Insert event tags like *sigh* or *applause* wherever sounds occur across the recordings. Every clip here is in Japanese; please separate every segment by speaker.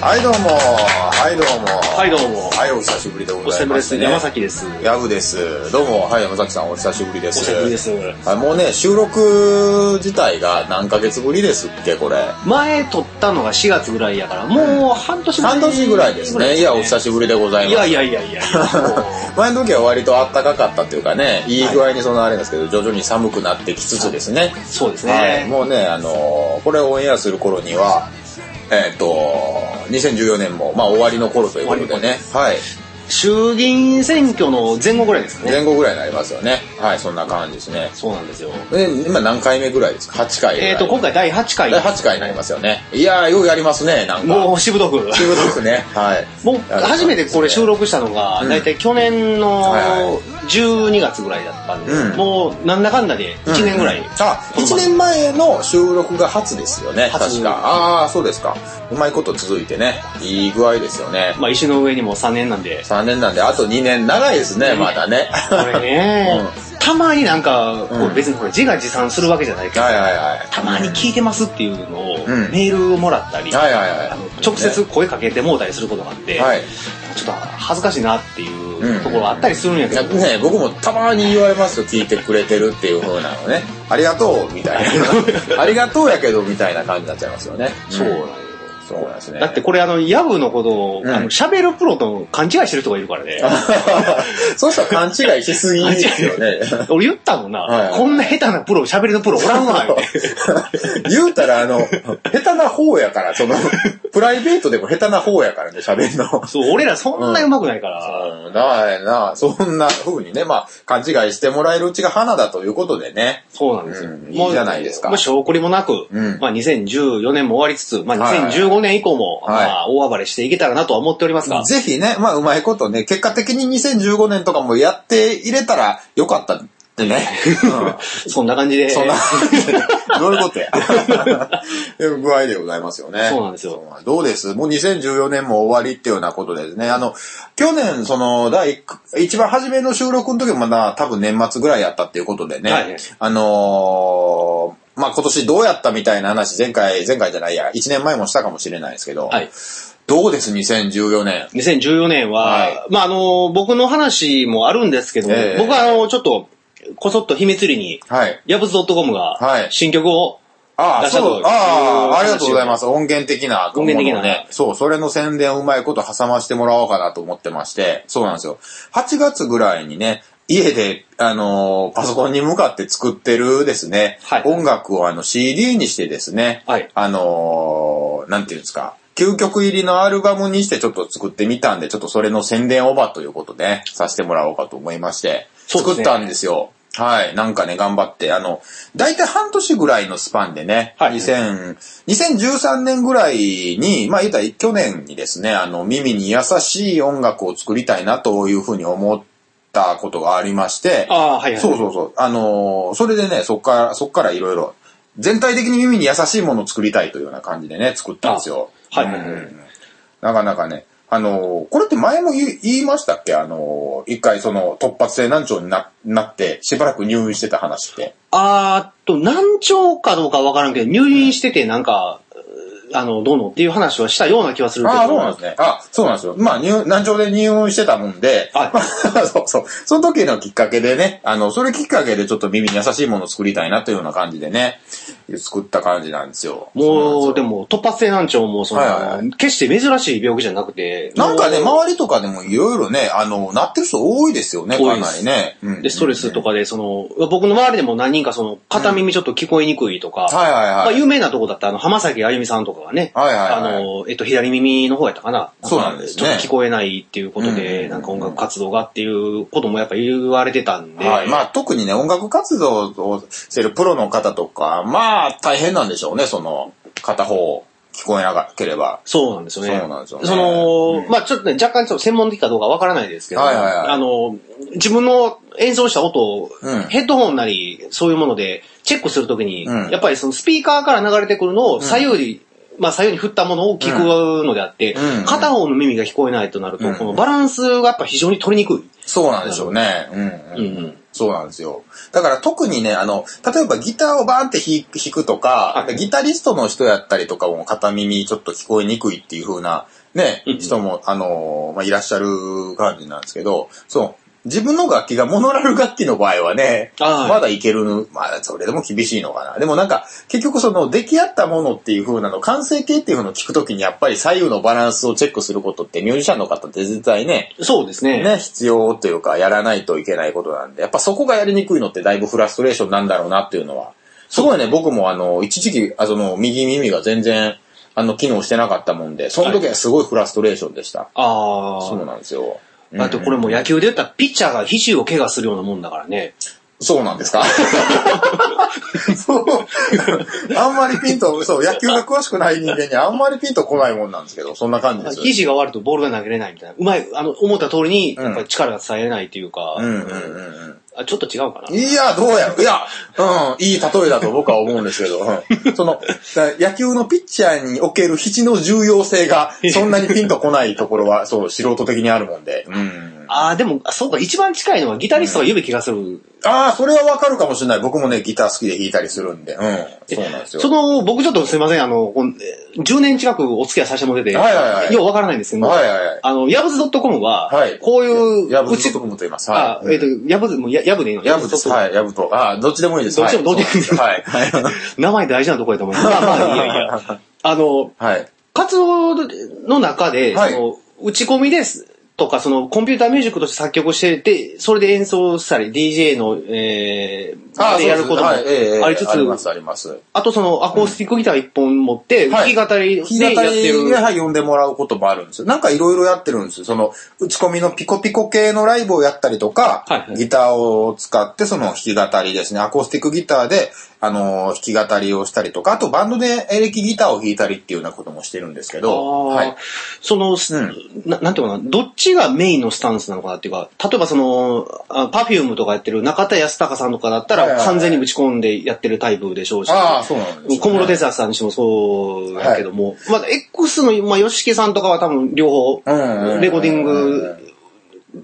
Speaker 1: はいどうもはいどうも
Speaker 2: はいどうも
Speaker 1: はいお久しぶりでご
Speaker 2: お久し
Speaker 1: ざ
Speaker 2: ぶ
Speaker 1: い
Speaker 2: り
Speaker 1: ま
Speaker 2: ですす。
Speaker 1: ね
Speaker 2: 山
Speaker 1: *laughs*
Speaker 2: 崎です。
Speaker 1: ヤブですどうもはい山崎さんお久しぶりで
Speaker 2: お
Speaker 1: す
Speaker 2: 久しぶりです。
Speaker 1: はいもうね収録自体が何ヶ月ぶりですっけこれ
Speaker 2: 前撮ったのが4月ぐらいやから、もう半年
Speaker 1: 半年ぐらいですねいやお久
Speaker 2: し
Speaker 1: しぶりでございます
Speaker 2: いやいやいやいや。
Speaker 1: 前の時は割と暖かかったっていうかねいい具合にそのあれなんですけど徐々に寒くなってきつつですね
Speaker 2: そうです
Speaker 1: はい、
Speaker 2: ね。
Speaker 1: もうね、あのーこれをオンエアする頃には、えっ、と、2014年も、まあ終わりの頃ということでね、はい、
Speaker 2: 衆議院選挙の前後ぐらいですかね。
Speaker 1: 前後ぐらいになりますよね。はい、そんな感じですね。
Speaker 2: そうなんですよ。
Speaker 1: で、今何回目ぐらいですか ?8 回ぐらい。
Speaker 2: えっと、今回第8回。
Speaker 1: 第8回になりますよね。いやー、ようやりますね、なんか。
Speaker 2: もうしぶと
Speaker 1: *laughs*
Speaker 2: く。
Speaker 1: ということですね。はい。
Speaker 2: もう初めてこれ収録したのが、だいたい去年
Speaker 1: はいは
Speaker 2: の12月ぐらいだったんで
Speaker 1: う、ん
Speaker 2: もうなんだかんだで1年ぐらい。
Speaker 1: あ、1年前の収録が初ですよね、
Speaker 2: 初
Speaker 1: 確か。ああ、そうですか。うまいこと続いてね、いい具合ですよね。
Speaker 2: まあ石の上にも3年なん
Speaker 1: *laughs*
Speaker 2: で。
Speaker 1: 3年なんで、あと2年長いですね、まだね。
Speaker 2: これね、たまになんか、こう
Speaker 1: うん
Speaker 2: 別にこれ自画自賛するわけじゃないけど、
Speaker 1: はいはいはい。
Speaker 2: たまに聞いてますっていうのを、
Speaker 1: うん
Speaker 2: メールをもらったり、
Speaker 1: はいはいはい
Speaker 2: あの直接声かけてもうたりすることがあって、
Speaker 1: はい。
Speaker 2: ちょっと恥ずかしいなってい
Speaker 1: ん
Speaker 2: うところあったりするんやけど、
Speaker 1: ね、僕もたまに言われますよ、聞いてくれてるっていう風なのね。ありがとうみたい *laughs* な。ありがとうやけどみたいな感じになっちゃいますよね。
Speaker 2: そうなんよ
Speaker 1: うんそうなんですね。
Speaker 2: だって、これあの、ヤブのことを、
Speaker 1: うん
Speaker 2: あの、喋るプロと勘違いしてる人がいるからね。
Speaker 1: そうしたら勘違いしすぎですよね。
Speaker 2: 俺言ったもんな、
Speaker 1: はいはい
Speaker 2: こんな下手なプロ、喋りのプロおらんわ、言うて
Speaker 1: 言うたら、あの、下手な方やから、その、プライベートでも下手な方やからね、喋るの。
Speaker 2: そう、俺らそんな上手くないから、
Speaker 1: うんなあなあそんな風にね、まあ、勘違いしてもらえるうちが花だということでね。
Speaker 2: そうなんですよ。
Speaker 1: うんいいじゃないですか
Speaker 2: もう証拠りもなく、
Speaker 1: うん
Speaker 2: まあ2014年も終わりつつ、ま
Speaker 1: はい
Speaker 2: あ2015年以降も、
Speaker 1: はい
Speaker 2: まあ大暴れしていけたらなとは思っておりますが、
Speaker 1: ぜひね、まあうまいことね、結果的に2015年とかもやっていれたらよかったって
Speaker 2: *laughs*
Speaker 1: ね。
Speaker 2: そんな感じで。
Speaker 1: そんな、 *laughs* どういう
Speaker 2: *laughs*
Speaker 1: ことや。いう具合でございますよね。
Speaker 2: そうなんですよ
Speaker 1: そう。どうですもう2014年も終わりっていうようなことですね。あの、去年、その、第一一番初めの収録の時もまだ多分年末ぐらいやったっていうことでね。
Speaker 2: はい
Speaker 1: あのーまあ、今年どうやったみたいな話、前回、前回じゃないや、1年前もしたかもしれないですけど、
Speaker 2: はい。
Speaker 1: どうです、2014年。
Speaker 2: 2014年は、
Speaker 1: は
Speaker 2: まああの、僕の話もあるんですけども、
Speaker 1: ええ
Speaker 2: 僕はあの、ちょっと、こそっと秘密裏に、
Speaker 1: はい。
Speaker 2: ヤブズ .com が
Speaker 1: はい
Speaker 2: 新曲を、
Speaker 1: ああ、
Speaker 2: 出したと
Speaker 1: そう。ああ、ありがとうございます。音源的な。
Speaker 2: 音源的な
Speaker 1: ね。そう、それの宣伝をうまいこと挟ましてもらおうかなと思ってまして。そうなんですよ。8月ぐらいにね、家で、あのーパソコンに向かって作ってるですね、
Speaker 2: はい
Speaker 1: 音楽をあの CD にしてですね、
Speaker 2: はい
Speaker 1: あのーなんていうんですか、究極入りのアルバムにしてちょっと作ってみたんで、ちょっとそれの宣伝オーバーということで、させてもらおうかと思いまして、
Speaker 2: そうです
Speaker 1: 作
Speaker 2: ね
Speaker 1: ったんですよ。はい。なんかね、頑張って、あの、だいたい半年ぐらいのスパンでね、
Speaker 2: はい
Speaker 1: 2000 2013年ぐらいに、まあ言ったら去年にですね、あの、耳に優しい音楽を作りたいなというふうに思ったことがありまして、
Speaker 2: ああ、はいはい。
Speaker 1: そうそうそう。あのーそれでね、そっから、そっからいろいろ、全体的に耳に優しいものを作りたいというような感じでね、作ったんですよ。
Speaker 2: あはいはいはい
Speaker 1: うんなかなかね、あのーこれって前も言い言いましたっけあのー一回その突発性難聴にななって、しばらく入院してた話って。
Speaker 2: あーっと、難聴かどうかわからんけど、入院しててなんか、あの、どうのっていう話はしたような気はするけど。
Speaker 1: ああ、そうなんですね。あそうなんですよ。まあ、入、難聴で入院してたもんで、
Speaker 2: はい
Speaker 1: まあ、 *laughs* そうそう。その時のきっかけでね、あの、それきっかけでちょっと耳に優しいものを作りたいなというような感じでね、作った感じなんですよ。
Speaker 2: もう、でも、突発性難聴も、その、
Speaker 1: はいはいは
Speaker 2: 決して珍しい病気じゃなくて、
Speaker 1: なんかね、
Speaker 2: もう
Speaker 1: 周りとかでもいろいろね、あの、なってる人多いですよね、
Speaker 2: 多
Speaker 1: か
Speaker 2: いで
Speaker 1: な
Speaker 2: す
Speaker 1: りね。うん
Speaker 2: で、ストレスとかで、その、僕の周りでも何人か、その、片耳ちょっと聞こえにくいとか、
Speaker 1: はいはい
Speaker 2: まあ、
Speaker 1: はい。
Speaker 2: 有名なとこだった、あの、浜崎あゆみさんとかがね、
Speaker 1: はいはいはい
Speaker 2: あの、えっと、左耳の方やったかな。
Speaker 1: そうなんですね
Speaker 2: ちょっと聞こえないっていうこと
Speaker 1: うんうんう
Speaker 2: で、
Speaker 1: ん
Speaker 2: なんか音楽活動がっていうこともやっぱ言われてたんで、
Speaker 1: はい、まあ特にね、音楽活動をしてるプロの方とか、まあ大変なんでしょうね、その、片方聞こえなければ。
Speaker 2: そうなんですよね。
Speaker 1: そうなんですよね
Speaker 2: その、まあちょっとね、若干ちょっと専門的かどうかわからないですけど、
Speaker 1: はいはいはい
Speaker 2: あの、自分の演奏した音を、
Speaker 1: うん
Speaker 2: ヘッドホンなり、そういうものでチェックするときに、
Speaker 1: うん
Speaker 2: やっぱりそのスピーカーから流れてくるのを左右に、まあ左右に振ったものを聞くのであって、
Speaker 1: うん
Speaker 2: 片方の耳が聞こえないとなると、
Speaker 1: うん
Speaker 2: このバランスがやっぱ非常に取りにくい。
Speaker 1: そうなんでしょうね。うん、うん。
Speaker 2: うんうん
Speaker 1: そうなんですよ。だから特にね、あの、例えばギターをバーンって弾弾くとか、
Speaker 2: はい
Speaker 1: ギタリストの人やったりとかも片耳ちょっと聞こえにくいっていう風な、ね
Speaker 2: うんう、ん
Speaker 1: 人も、あのーまあ、いらっしゃる感じなんですけど、そう、自分の楽器がモノラル楽器の場合はね、
Speaker 2: はい
Speaker 1: まだいける、まあ、それでも厳しいのかな。でもなんか、結局その出来合ったものっていう風なの、完成形っていうのを聞くときにやっぱり左右のバランスをチェックすることってミュージシャンの方って絶対ね、
Speaker 2: そうですね。
Speaker 1: ね、必要というか、やらないといけないことなんで、やっぱそこがやりにくいのってだいぶフラストレーションなんだろうなっていうのは。すごいね、僕もあの、一時期、あその、右耳が全然、あの、機能してなかったもんで、その時はすごいフラストレーションでした。
Speaker 2: ああ。
Speaker 1: そうなんですよ。
Speaker 2: だってこれもう野球で言ったらピッチャーが肘を怪我するようなもんだからね。
Speaker 1: そうなんですか *laughs* そう。あんまりピンと、そう、野球が詳しくない人間にあんまりピンと来ないもんなんですけど、そんな感じですよね。
Speaker 2: 肘が悪いとボールが投げれないみたいな。うまい、あの、思った通りに、
Speaker 1: うん
Speaker 2: やっぱり力が伝えれないというか、
Speaker 1: うんうんうんうん。
Speaker 2: あちょっと違うかな。
Speaker 1: いや、どうやろ。いや、うん、いい例えだと僕は思うんですけど、うんその、だ野球のピッチャーにおける肘の重要性が、そんなにピンとこないところは、そう、素人的にあるもんで。うん。
Speaker 2: ああ、でも、あそうか、一番近いのはギタリストが指気がする。
Speaker 1: ああ、それはわかるかもしれない。僕もね、ギター好きで弾いたりするんで。うん。そうなんですよ
Speaker 2: そ。の、僕ちょっとすいません、あの、こん10年近くお付き合いさせてもらってて、
Speaker 1: はいはいはい
Speaker 2: ようわからないんですけど、
Speaker 1: はいはいはい
Speaker 2: あの、ヤブズ .com は、
Speaker 1: はい
Speaker 2: こういう、
Speaker 1: やぶ
Speaker 2: うち
Speaker 1: と、ともと言います。
Speaker 2: あ
Speaker 1: は、い。
Speaker 2: えっ、と、ヤブズ、もうヤヤブでいいの
Speaker 1: やぶです。
Speaker 2: ヤブ .com
Speaker 1: はい、やぶと。ああ、どっちでもいいです。
Speaker 2: どっちでもどっちでもいいです
Speaker 1: はい。はい。はい
Speaker 2: 名前大事なとこやと思います。まあまあ、いやいや。
Speaker 1: *laughs*
Speaker 2: あの、
Speaker 1: はい。
Speaker 2: 活動の中で、
Speaker 1: はい
Speaker 2: その打ち込みですとか、そのコンピューターミュージックとして作曲をしてて、それで演奏したり、DJ の、え
Speaker 1: あ
Speaker 2: ー、
Speaker 1: あ
Speaker 2: でやることも
Speaker 1: そうですはいええええ
Speaker 2: ありつつ、
Speaker 1: あります、あります。
Speaker 2: あとそのアコースティックギター一本持って、
Speaker 1: は
Speaker 2: 弾
Speaker 1: い
Speaker 2: き語り
Speaker 1: 日
Speaker 2: でやってる。
Speaker 1: で、はい、呼んでもらうこともあるんですよ。なんかいろいろやってるんですよ。その、打ち込みのピコピコ系のライブをやったりとか、
Speaker 2: はいはい
Speaker 1: ギターを使って、その弾き語りですね。アコースティックギターで、あのー弾き語りをしたりとか、あとバンドでエレキギターを弾いたりっていうようなこともしてるんですけ
Speaker 2: あー
Speaker 1: ど、はい。
Speaker 2: その、すな、なんていうのかな、どっちがメインのスタンスなのかなっていうか、例えばその、あパフュームとかやってる中田康隆さんとかだった
Speaker 1: はいは
Speaker 2: ら、
Speaker 1: いはい
Speaker 2: 完全に打ち込んでやってるタイプでしょうし、
Speaker 1: ああ、そうなんです、ね。
Speaker 2: 小室哲
Speaker 1: す。
Speaker 2: 哉さんにしてもそうだけども、まあ X の、まあ、吉木さんとかは多分両方、
Speaker 1: うんうんうんうん
Speaker 2: レコーディング、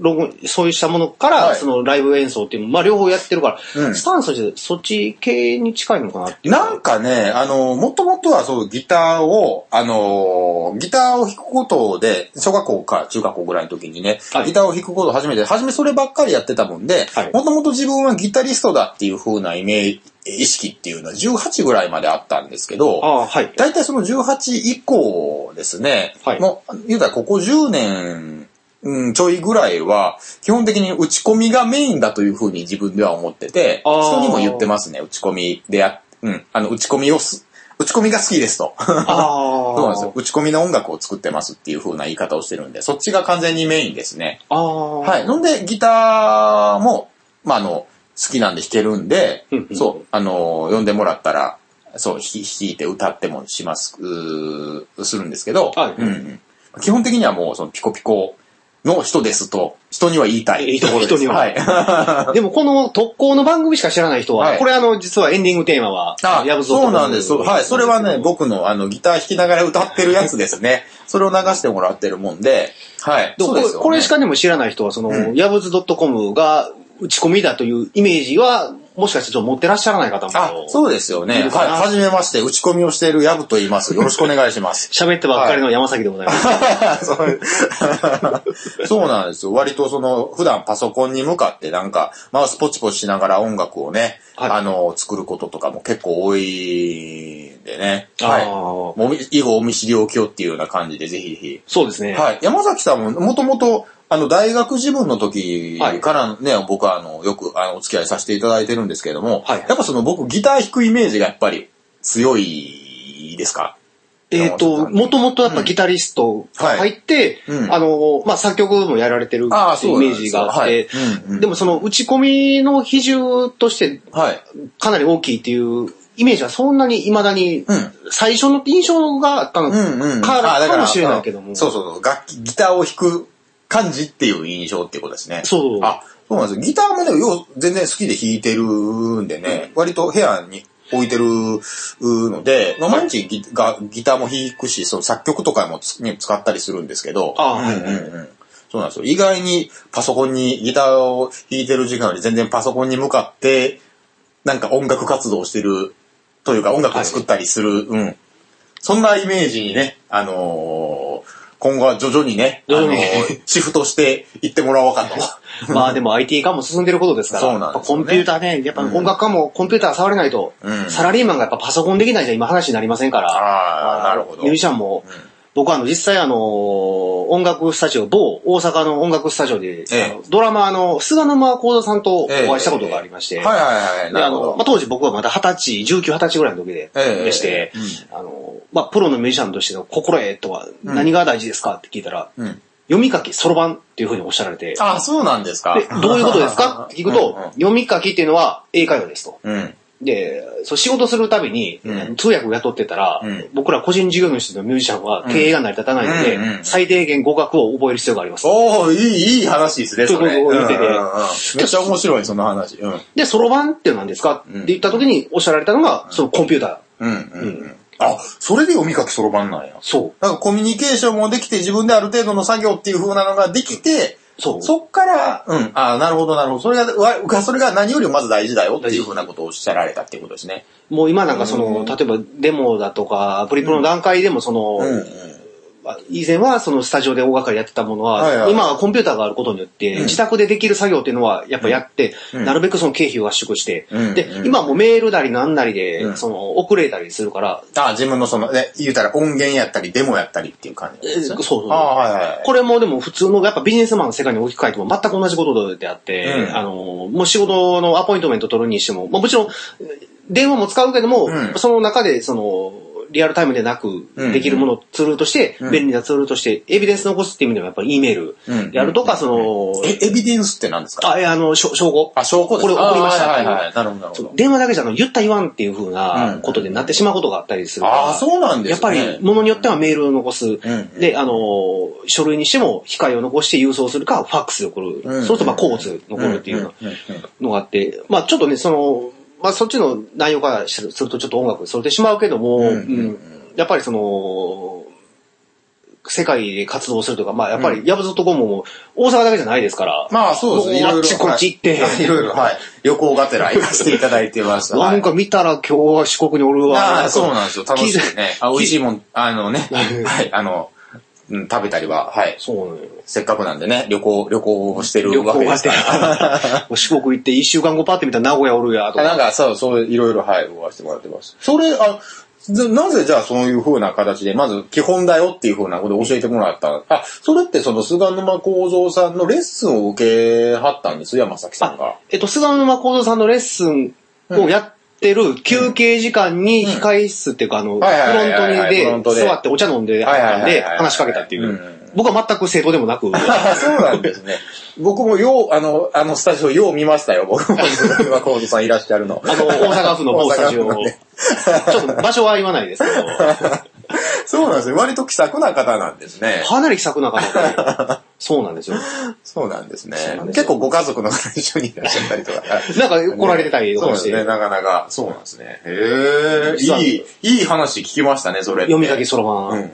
Speaker 2: 録音そうしたものから、
Speaker 1: はい
Speaker 2: そのライブ演奏っていうの、まあ両方やってるから、
Speaker 1: うん
Speaker 2: スタンスとしてそっち系に近いのかなっていう。
Speaker 1: なんかね、あの、もともとはそう、ギターを、あの、ギターを弾くことで、小学校か中学校ぐらいの時にね、
Speaker 2: はい
Speaker 1: ギターを弾くことを初めて、初めそればっかりやってたもんで
Speaker 2: はい、
Speaker 1: もともと自分はギタリストだっていう風なイメージ、意識っていうのは18ぐらいまであったんですけど、
Speaker 2: ああ、はい。
Speaker 1: 大体その18以降ですね、
Speaker 2: はい
Speaker 1: もう、言うたらここ10年、うん、ちょいぐらいは、基本的に打ち込みがメインだというふうに自分では思ってて、
Speaker 2: あー
Speaker 1: 人にも言ってますね、打ち込みでや、うん、あの、打ち込みをす、打ち込みが好きですと。
Speaker 2: ああ。
Speaker 1: そうなんですよ。打ち込みの音楽を作ってますっていうふうな言い方をしてるんで、そっちが完全にメインですね。
Speaker 2: ああ。
Speaker 1: はい。
Speaker 2: い。
Speaker 1: のんで、ギターも、まあ、あの、好きなんで弾けるんで
Speaker 2: うんう、ん
Speaker 1: そう、あの、呼んでもらったら、そう、ひ弾いて歌ってもします、うーするんですけど、
Speaker 2: はい
Speaker 1: うんうん基本的にはもう、その、ピコピコの人ですと、人には言いた
Speaker 2: え
Speaker 1: い
Speaker 2: ー
Speaker 1: ところです。
Speaker 2: 人には
Speaker 1: はい。
Speaker 2: *laughs* でもこの特攻の番組しか知らない人は、
Speaker 1: はい
Speaker 2: これあの、実はエンディングテーマは、
Speaker 1: あ
Speaker 2: やぶぞ
Speaker 1: そうなんです。そうはい。それはね、僕のあの、ギター弾きながら歌ってるやつで
Speaker 2: *laughs*
Speaker 1: すね。それを流してもらってるもんで、はい。
Speaker 2: でも
Speaker 1: そう
Speaker 2: こ
Speaker 1: で
Speaker 2: れ
Speaker 1: すよね
Speaker 2: これしかでも知らない人は、その、ヤブズ .com が打ち込みだというイメージは、もしかしてちょっと持ってらっしゃらない方
Speaker 1: あ、
Speaker 2: も、
Speaker 1: そうですよ
Speaker 2: いい
Speaker 1: ね。
Speaker 2: ですか
Speaker 1: はい。はじめまして、打ち込みをしているヤブと言います。よろしくお願いします。
Speaker 2: 喋ってばっかりの山崎でございます。
Speaker 1: そう
Speaker 2: *laughs*
Speaker 1: そうなんですよ。割とその、普段パソコンに向かってなんか、マウスポチポチしながら音楽をね、
Speaker 2: はい
Speaker 1: あの、作ることとかも結構多いんでね。
Speaker 2: あー
Speaker 1: はい。もう以後お見知りおきをっていうような感じで、ぜひぜひ。
Speaker 2: そうですね。
Speaker 1: はい。山崎さんも、もともと、あの、大学時分の時からね、僕は、あの、よく、あの、お付き合いさせていただいてるんですけれども、
Speaker 2: はい
Speaker 1: やっぱその、僕、ギター弾くイメージがやっぱり強いですか
Speaker 2: えっ、と、もともとやっぱギタリストが入って、
Speaker 1: うんはいうん
Speaker 2: あの、まあ、作曲もやられてる
Speaker 1: ああ
Speaker 2: ってい
Speaker 1: そうう
Speaker 2: イメー
Speaker 1: なんです
Speaker 2: ジがあって、
Speaker 1: はいうんうん
Speaker 2: でもその打ち込みの比重として
Speaker 1: はい。
Speaker 2: かなり大きいっていうイメージはそんなに未だに
Speaker 1: うん、
Speaker 2: 最初の印象があったの
Speaker 1: うんうん。
Speaker 2: か,、
Speaker 1: あだ
Speaker 2: かもしれないけども。
Speaker 1: あそうそうそう。楽器、ギターを弾く感じっていう印象っていうことですね。
Speaker 2: そう
Speaker 1: あ、そうなんですよ。ギターもね、よう、全然好きで弾いてるんでね、割と部屋に置いてるので、まあ、毎日ギがギターも弾くし、その作曲とかもつ、ね、使ったりするんですけど、
Speaker 2: ああ
Speaker 1: うんうんうん。そうなんですよ。意外にパソコンにギターを弾いてる時間より全然パソコンに向かって、なんか音楽活動をしてるというか音楽を作ったりする、うん。そんなイメージにね、あのー今後は徐々にね、あ
Speaker 2: 徐
Speaker 1: の
Speaker 2: 々に
Speaker 1: ーシフトしていってもらおうかと。
Speaker 2: *laughs* まあでも IT 化も進んでることですから、
Speaker 1: そうなんですよ
Speaker 2: やっぱコ
Speaker 1: ね
Speaker 2: ンピューターね、やっぱ音楽家もコンピューター触れないと、
Speaker 1: うん
Speaker 2: サラリーマンがやっぱパソコンできないじゃ今話になりませんから、
Speaker 1: あーなるほど
Speaker 2: ミュージシャンも、僕はあの実際あの、音楽スタジオ、某大阪の音楽スタジオで、
Speaker 1: ええ
Speaker 2: あのドラマーの菅沼幸三さんとお会いしたことがありまして、
Speaker 1: はいはいはい。
Speaker 2: で
Speaker 1: な
Speaker 2: あ
Speaker 1: るほ
Speaker 2: の
Speaker 1: ど
Speaker 2: まあ、。当時僕はまだ二十歳、19、二十歳ぐらいの時で、
Speaker 1: ええ
Speaker 2: でして、
Speaker 1: え
Speaker 2: あの、まあ、プロのミュージシャンとしての心得とは何が大事ですかって聞いたら、
Speaker 1: うん。
Speaker 2: 読み書き、そろばんっていうふうにおっしゃられて、
Speaker 1: あ、そうなんですか
Speaker 2: で、。どういうことですかって聞くと、読み書きっていうのは英会話ですと。
Speaker 1: *laughs* うんうん。
Speaker 2: で、そう仕事するたびに、
Speaker 1: うん
Speaker 2: 通訳を雇ってたら、
Speaker 1: うん
Speaker 2: 僕ら個人事業主のミュージシャンは経営が成り立たないので、
Speaker 1: うんうんうん
Speaker 2: 最低限語学を覚える必要があります。
Speaker 1: おおいい、いい話ですね、それ。
Speaker 2: ということを見てて
Speaker 1: うんうんうんめっちゃ面白い、その話。うん。
Speaker 2: で、そろばんって何ですかって言った時におっしゃられたのが、そのコンピューター。
Speaker 1: うん、うんうん。あ、それで読み書きそろばんなんや。
Speaker 2: そう。
Speaker 1: なんかコミュニケーションもできて、自分である程度の作業っていう風なのができて、
Speaker 2: そう。
Speaker 1: そっから、うん、ああ、なるほど、なるほど。それがわが、それが何よりもまず大事だよっていう風なことをおっしゃられたっていうことですね。
Speaker 2: もう今なんかその、例えばデモだとか、プリプロの段階でもその、
Speaker 1: うん、うん。
Speaker 2: まあ以前はそのスタジオで大掛かりやってたものは、
Speaker 1: はいはい
Speaker 2: 今はコンピューターがあることによって、自宅でできる作業っていうのはやっぱやって、
Speaker 1: うん
Speaker 2: なるべくその経費を圧縮して、
Speaker 1: うん
Speaker 2: で
Speaker 1: う、ん
Speaker 2: 今はもうメールなりなんなりで、
Speaker 1: うん
Speaker 2: その遅れたりするから、
Speaker 1: あ自分のその、ね、言うたら音源やったり、デモやったりっていう感じなんですね
Speaker 2: えそうそう
Speaker 1: ああ、はいはい。
Speaker 2: これもでも普通のやっぱビジネスマンの世界に置き換えても全く同じことであって、
Speaker 1: うん
Speaker 2: あの、もう仕事のアポイントメント取るにしても、まあもちろん電話も使うけども、
Speaker 1: うん
Speaker 2: その中でその、リアルタイムでなく
Speaker 1: うん
Speaker 2: できるものツールとして、
Speaker 1: うん
Speaker 2: 便利なツールとして、エビデンス残すっていう意味でもやっぱり E メー
Speaker 1: うん
Speaker 2: ルやるとか、その、
Speaker 1: え、エビデンスって何ですか
Speaker 2: あ、いや、あの、しょ証拠。
Speaker 1: あ、証拠です
Speaker 2: これ送りました
Speaker 1: あはいはいはい。なるほど、なるほ
Speaker 2: そう
Speaker 1: ど。
Speaker 2: 電話だけじゃあの、言った言わんっていうふうな
Speaker 1: うん
Speaker 2: ことでなってしまうことがあったりするから。
Speaker 1: ああ、そうなんです
Speaker 2: やっぱ
Speaker 1: ね。
Speaker 2: り、ものによってはメールを残す。
Speaker 1: ん
Speaker 2: で、あのー、書類にしても、控えを残して郵送するか、ファックスで送る。
Speaker 1: う
Speaker 2: そ
Speaker 1: ん
Speaker 2: うすると、まあ、交通残るっていうよう
Speaker 1: うんうん
Speaker 2: なのがあって、まあ、ちょっとね、その、まあ、そっちの内容からするすると、ちょっと音楽それてしまうけども、
Speaker 1: うん
Speaker 2: うんやっぱりその、世界で活動するとか、まあ、やっぱり、ヤブゾットコムも、大阪だけじゃないですから、
Speaker 1: まあそうですね。い
Speaker 2: もう
Speaker 1: ろい
Speaker 2: あっ
Speaker 1: ろ。
Speaker 2: ちこっち行って
Speaker 1: *laughs* はいいろいろ、はい。旅行がてら行かせていただいてま
Speaker 2: *laughs*
Speaker 1: した。
Speaker 2: な
Speaker 1: は
Speaker 2: ん
Speaker 1: い
Speaker 2: か見たら今日は四国におるわ。
Speaker 1: ああ、そうなんですよ。楽し
Speaker 2: 聞
Speaker 1: くね。あ、美味しいもん、あ
Speaker 2: *laughs*
Speaker 1: のね、はい、あの、うん食べたりは、はい。
Speaker 2: そうなのよ。
Speaker 1: せっかくなんでね、旅行、旅行をしてる
Speaker 2: 旅
Speaker 1: わ
Speaker 2: 行
Speaker 1: けで
Speaker 2: が
Speaker 1: *laughs* す
Speaker 2: て
Speaker 1: から。
Speaker 2: ら、四国行って一週間後パッて見たら名古屋おるやと
Speaker 1: *laughs* なん
Speaker 2: か。
Speaker 1: か、そう、そう、いろいろ、はい、動かしてもらってます。それ、あ、ななぜじゃあそういう風な形で、まず基本だよっていう風なことを教えてもらった。あ、それってその菅沼幸三さんのレッスンを受けはったんです、山崎さんが。
Speaker 2: えっと、菅沼幸三さんのレッスンをやってる休憩時間に控室っていうか、あの、フロ
Speaker 1: はいはいはいはいフロ
Speaker 2: ン
Speaker 1: ン
Speaker 2: トに
Speaker 1: トで
Speaker 2: で座ってお茶飲んで、
Speaker 1: はいはいはいはい。
Speaker 2: で、話しかけたっていううん僕は全く正当でも
Speaker 1: *laughs*
Speaker 2: なく、
Speaker 1: あそうなんですね。僕もよう、あの、あのスタジオよう見ましたよ、僕も。今、コードさんいらっしゃるの。
Speaker 2: あの、大阪府の某スタジオ
Speaker 1: 大阪府
Speaker 2: を、ち
Speaker 1: のね
Speaker 2: ょっと場所は言わないですけ
Speaker 1: *laughs*
Speaker 2: ど、
Speaker 1: そうなんですよ。割と気さくな方なんですね。
Speaker 2: かなり気さくな方で、そうなんですよ。
Speaker 1: そうなんですね
Speaker 2: そうなん。ですよ
Speaker 1: 結構ご家族の方一緒にいらっしゃったりとか。
Speaker 2: なんか来られてたりと
Speaker 1: そう
Speaker 2: か
Speaker 1: で
Speaker 2: し
Speaker 1: す
Speaker 2: て
Speaker 1: ね、、なかなか。そうなんですね。へえ。
Speaker 2: 実はい
Speaker 1: い、いい話聞きましたね、それって。
Speaker 2: 読み書きそろ
Speaker 1: う
Speaker 2: ば
Speaker 1: ん
Speaker 2: ん
Speaker 1: うんうん。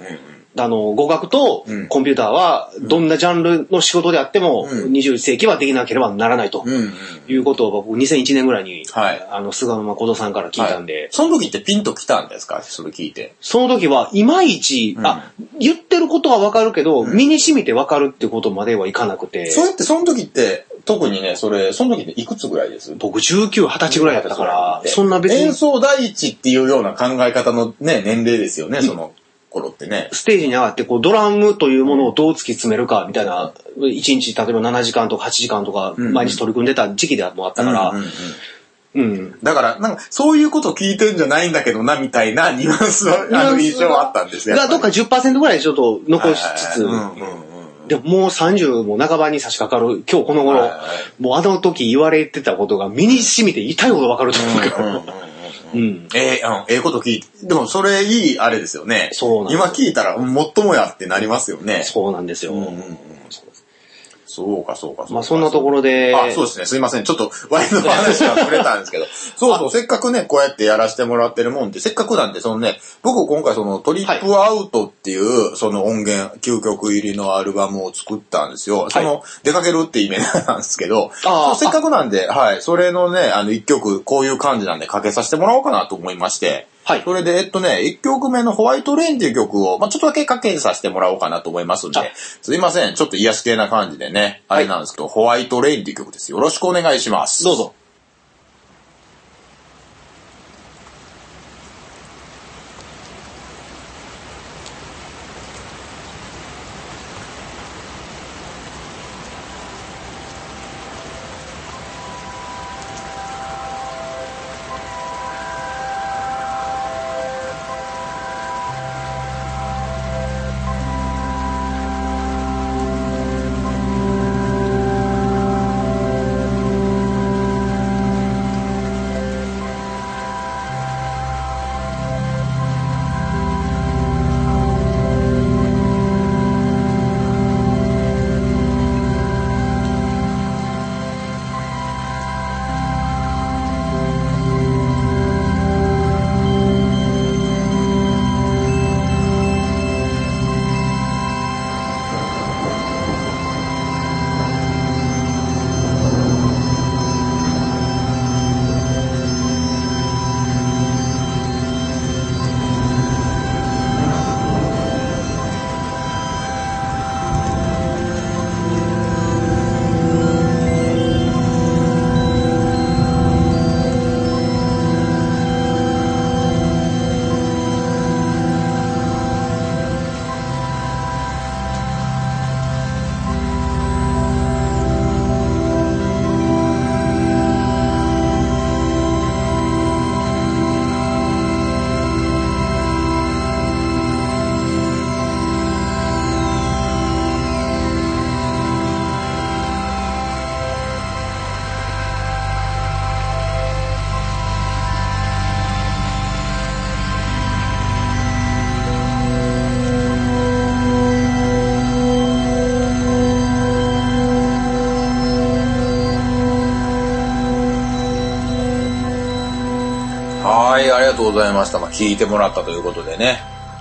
Speaker 2: あの、語学と
Speaker 1: うん
Speaker 2: コンピューターは、どんなジャンルの仕事であっても、
Speaker 1: うん
Speaker 2: 21世紀はできなければならないと
Speaker 1: うんうん。
Speaker 2: いうことを僕、2001年ぐらいに、
Speaker 1: はい
Speaker 2: あの、菅沼小さんから聞いたんで、
Speaker 1: はいその時ってピンときたんですかそれ聞いて。
Speaker 2: その時は、いまいち、
Speaker 1: うん
Speaker 2: あ、言ってることはわかるけど、身に染みてわかるってことまではいかなくて、
Speaker 1: それってその時って、特にね、それ、その時っていくつぐらいです
Speaker 2: 僕19、20歳ぐらいだったから、そんな別
Speaker 1: 演
Speaker 2: に
Speaker 1: 奏第一っていうような考え方のね、年齢ですよね、その頃ってね。
Speaker 2: ステージに上がって、こう、ドラムというものをどう突き詰めるか、みたいな、1日、例えば7時間とか8時間とか、
Speaker 1: ん
Speaker 2: 毎日取り組んでた時期でもあった
Speaker 1: だ
Speaker 2: か
Speaker 1: から、
Speaker 2: ら、うん。
Speaker 1: だから、なんか、そういうこと聞いてんじゃないんだけどな、みたいな *laughs* ニュアンスは、あの、印象はあったんですね。
Speaker 2: が、どっか10%ぐらいちょっと残しつつ
Speaker 1: はい、はいはいうんうんうん
Speaker 2: でももう30も半ばに差し掛かる、今日この頃
Speaker 1: はいは、
Speaker 2: もうあの時言われてたことが身に染みて痛いほどわかるという
Speaker 1: うんうんうん
Speaker 2: か、うん。
Speaker 1: ええ、うんええこと聞いて、でもそれいいあれですよね。
Speaker 2: そうなんです
Speaker 1: 今聞いたら、うんもっともやってなりますよね。
Speaker 2: そうなんですよ。
Speaker 1: うんうんうんそうか、そうか、そうか。
Speaker 2: まあそんなところで、
Speaker 1: あ、そうですね。すいません。ちょっと、ワイドの話が触れたんですけど。そうそう、せっかくね、こうやってやらせてもらってるもんで、せっかくなんで、そのね、僕今回そのトリップアウトっていう、その音源、究極入りのアルバムを作ったんですよ。その、出かけるってイメージなんですけど、
Speaker 2: あー
Speaker 1: そうせっかくなんで、はい、それのね、あの、一曲、こういう感じなんでかけさせてもらおうかなと思いまして、
Speaker 2: はい
Speaker 1: それで、えっとね、1曲目のホワイトレインっていう曲を、まあ、ちょっとだけかけさせてもらおうかなと思いますんで
Speaker 2: あ、
Speaker 1: すいません、ちょっと癒し系な感じでね、あれなんですけど、ホワイトレインっていう曲です。よろしくお願いします。
Speaker 2: どう。ぞ。
Speaker 1: はい、ありがとうございました。まあ、聞いてもらったということでね。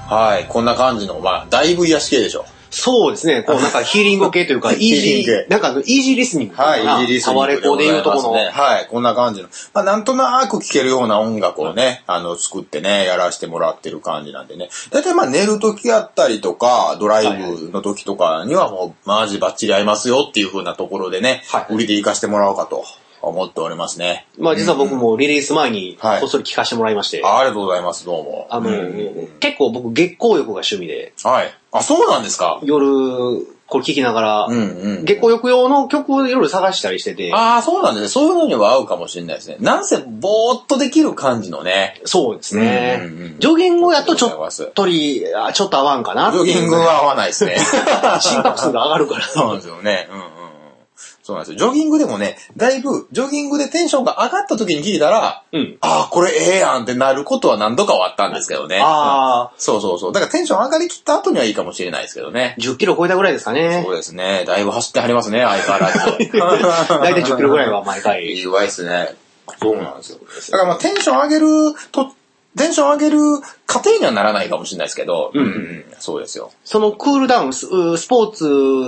Speaker 1: はい、こんな感じの、まあ、だいぶ癒し系でしょ。
Speaker 2: そうですね。こうなんかヒーリング系というか、イー
Speaker 1: *laughs* ヒーリ
Speaker 2: ジ
Speaker 1: ング
Speaker 2: ー、なんかあのイージーリスニングかな。
Speaker 1: はい、イギリス
Speaker 2: タワレコでいうとこの。
Speaker 1: ね。はい、こんな感じの。まあ、なんとなく聴けるような音楽をね、あの、作ってね、やらせてもらってる感じなんでね。だいたいまあ、寝る時やったりとか、ドライブの時とかにはもう、マジバッチリ合いますよっていう風なところでね、
Speaker 2: はい
Speaker 1: 売りで活かしてもらおうかと思っておりますね。
Speaker 2: まあ実は僕もリリース前に、
Speaker 1: はい
Speaker 2: こっそり聞かせてもらいまして。
Speaker 1: あありがとうございます、どうも。
Speaker 2: あの、
Speaker 1: うん
Speaker 2: 結構僕月光浴が趣味で、
Speaker 1: はい。あ、そうなんですか
Speaker 2: 夜、これ聞きながら、
Speaker 1: うんうん。
Speaker 2: 月光浴用の曲を夜探したりしてて、
Speaker 1: ああ、そうなんですね。そういうのには合うかもしれないですね。なんせ、ぼーっとできる感じのね。
Speaker 2: そうですね。
Speaker 1: うんうんうん
Speaker 2: ジョギングをやっとち
Speaker 1: あり
Speaker 2: ょ
Speaker 1: が
Speaker 2: っ
Speaker 1: とうござい
Speaker 2: とり、あちょっと合わんかな
Speaker 1: ます。ジョギングは合わな
Speaker 2: *laughs*
Speaker 1: いですね。
Speaker 2: 心拍数が上がるから。
Speaker 1: そうなんですよ *laughs* ね。うんうんうん。そうなんですよ。ジョギングでもね、だいぶ、ジョギングでテンションが上がった時に聞いたら、
Speaker 2: うん。
Speaker 1: ああ、これええやんってなることは何度かはあったんですけどね。
Speaker 2: ああ、
Speaker 1: そうそうそう。だからテンション上がりきった後にはいいかもしれないですけどね。
Speaker 2: 10キロ超えたぐらいですかね
Speaker 1: そ。うですね。だいぶ走ってはりますね、相変わらず。
Speaker 2: *laughs* 大体10キロぐらいは毎
Speaker 1: い
Speaker 2: 回。
Speaker 1: いわいですね。そうなんですよ。だからまあテンション上げると、テンション上げる過程にはならないかもしれないですけど、
Speaker 2: うん
Speaker 1: んそうですよ。
Speaker 2: そのクールダウン、スうスポー